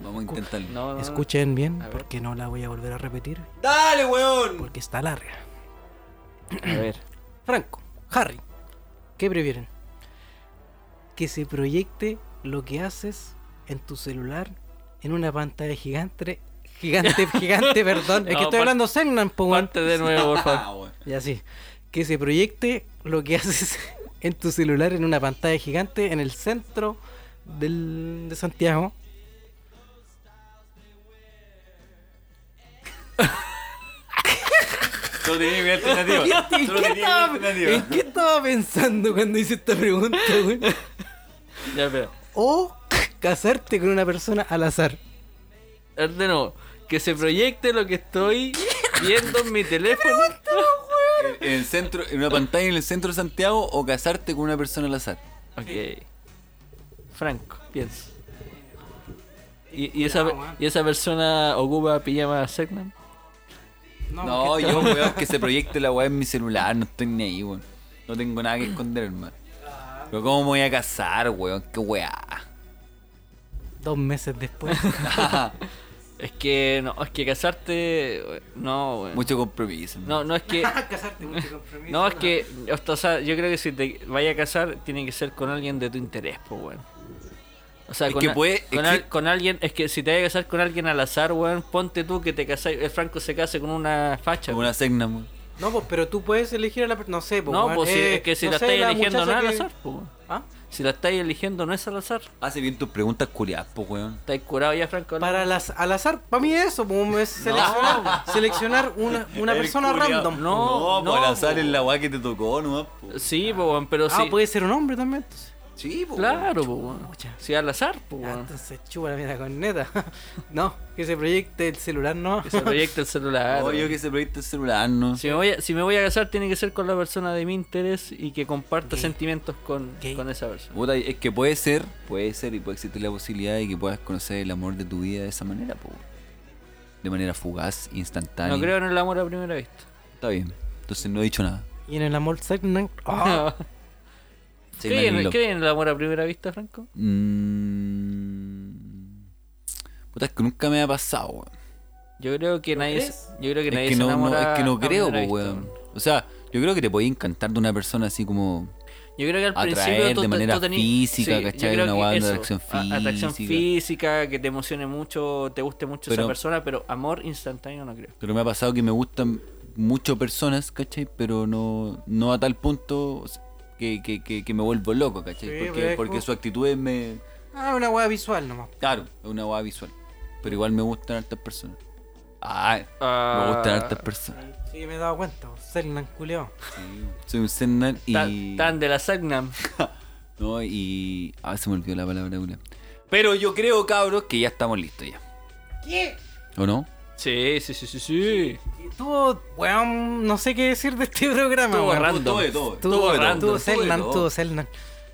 Vamos a intentarlo. No, no, no. <laughs> escuchen bien, A ver. porque no la voy a volver a repetir, ¡Dale, weón! porque está larga. A <laughs> ver. Franco, Harry, ¿qué prefieren? Que se proyecte lo que haces en tu celular en una pantalla gigante, <laughs> gigante, gigante, perdón. Es No, que estoy par- hablando Segnan, pongo. Parte de nuevo, por favor. Ah, weón. Ya sí. Que se proyecte lo que haces <laughs> en tu celular en una pantalla gigante en el centro del, de Santiago. Solo tenía mi alternativa. ¿En Solo qué, tenía mi estaba, en alternativa. qué estaba pensando cuando hice esta pregunta, <laughs> güey? Ya, espera. O casarte con una persona al azar. A ver, De nuevo. Que se proyecte lo que estoy viendo en mi <laughs> teléfono. En el centro, en una pantalla en el centro de Santiago o casarte con una persona al azar. Ok. Franco, piensa. ¿Y, y esa, ¿Y esa persona ocupa pijama Segman? No, yo, weón, que se proyecte la weá en mi celular, no estoy ni ahí, weón. No tengo nada que esconder, hermano. Ah. Pero ¿cómo me voy a casar, weón? Qué weá. Dos meses después. <laughs> Es que no, es que casarte. eh, No, weón. Mucho compromiso. hermano. No, no es que. <laughs> <laughs> Casarte, mucho compromiso. No, es que. O sea, yo creo que si te vayas a casar, tiene que ser con alguien de tu interés, pues, weón. O sea, Es con, que a- puede- con, es al- que- con alguien. Es que si te vayas a casar con alguien al azar, weón, ponte tú que te casas. El Franco se case con una facha. Con weón. una segna, weón. No, pues, pero tú puedes elegir a la persona. No sé, pues, no, weón, pues si- eh, es que si no la sé, estáis eligiendo no muchacha es al que- azar, pues, weón. ¿Ah? Si la estáis eligiendo no es al azar. Hace bien tus preguntas curiadas, po, weón. ¿Estáis curado ya, Franco? Para las, al azar, para mí eso, pues, es seleccionar, seleccionar <laughs> una, una El persona culiao. random. No, po, no, al azar po. es la weá que te tocó, no po. Sí, pues, weón, pero Ah, sí. puede ser un hombre también. entonces. Sí, po. Claro, pues, weón. Chucha. Sí, al azar, pues, Ah, weón. entonces chupa la mierda con neta. <laughs> no, que se proyecte el celular, no. Que se proyecta el celular. <laughs> No, yo weón. que se proyecte el celular, no. Si me, voy a, si me voy a casar, tiene que ser con la persona de mi interés y que comparta sentimientos con, Gay. con esa persona. Puta, es que puede ser, puede ser y puede existir la posibilidad de que puedas conocer el amor de tu vida de esa manera, po. De manera fugaz, instantánea. No creo en el amor a primera vista. Está bien. Entonces no he dicho nada. Y en el amor sex no. Ah, <laughs> Segna ¿Creen Lilo. creen en el amor a primera vista, Franco? Mm. Puta, es que nunca me ha pasado, weón. Yo creo que nadie, se- yo creo que nadie Es que se no, no- enamora es que no a creo, primera po, vista, weón. O sea, yo creo que te podía encantar de una persona así como. Yo creo que al Atraer principio tú, de tú manera tení- física, yo ¿cachai? creo Una que guada de eso, atracción a- Atracción física. física, que te emocione mucho, te guste mucho esa Pero- persona, pero amor instantáneo no creo. Pero me ha pasado que me gustan mucho personas, ¿cachai? Pero no, no a tal punto que, que, que, que me vuelvo loco, ¿cachai? Sí, pues, porque, pero es porque como- su actitud me. Ah, una hueá visual nomás. Claro, es una guada visual. Pero igual me gustan hartas personas. Ah, me gustan hartas personas. Sí, me he dado cuenta, Selnan culeado. Soy un Sennan y. Tan, tan de la Sagnam. <laughs> No, y. Ah, se me olvidó la palabra, culiao. Pero yo creo, cabros, que ya estamos listos ya. ¿Qué? ¿O no? Sí, sí, sí, sí, sí. Tú, weón, no sé qué decir de este programa, Estuvo weón. random. Todo de todo. Tuvo, Estuvo tuvo, random, tuvo estuvo Selnan, todo. tuvo Selnan.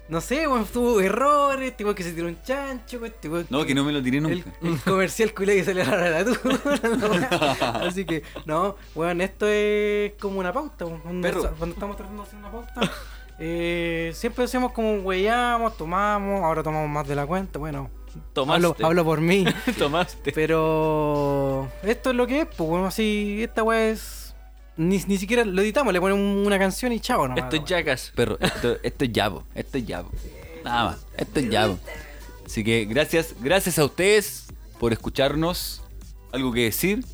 No sé, weón, tuvo errores, tipo que se tiró un chancho, weón, tipo No, que no me lo tiré el, nunca. el comercial culiao que sale a la natura. Así que, no, weón, esto es como una pauta. weón. Cuando, Perro. cuando estamos tratando de hacer una pauta, eh, siempre hacemos como weyamos, tomamos, ahora tomamos más de la cuenta, bueno. Tomaste. Hablo, hablo por mí. Tomaste. Pero esto es lo que es, pues bueno, así, esta weá es. Ni, ni siquiera lo editamos, le ponemos una canción y chao, nomás. Esto es la Jackass. Perro, esto, esto es llavo, esto es llavo. Nada más, esto es llavo. Así que gracias, gracias a ustedes por escucharnos. ¿Algo que decir?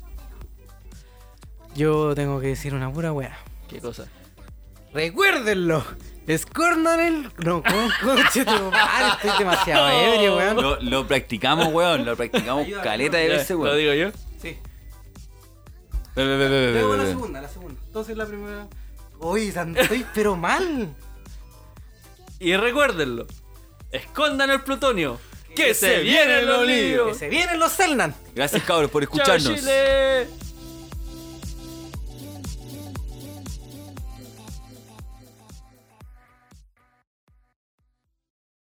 weá. Yo tengo que decir una pura weá. ¿Qué cosa? Recuérdenlo. Escornan el. No, con coche tu madre, Ah, estoy demasiado ebrio, weón. Lo, lo practicamos, weón, lo practicamos Ayuda, caleta de Ya, veces, Lo weón. digo yo. Sí. Ve, ve, ve, ve, ve, Luego ve, la ve. segunda, la segunda. Entonces la primera. Uy, tan- estoy pero mal. Y recuérdenlo. Escondan el plutonio. Que, se vienen vienen los los líos. Que líos. se vienen los Selnan. Gracias, cabros, por Chao, escucharnos. Chile.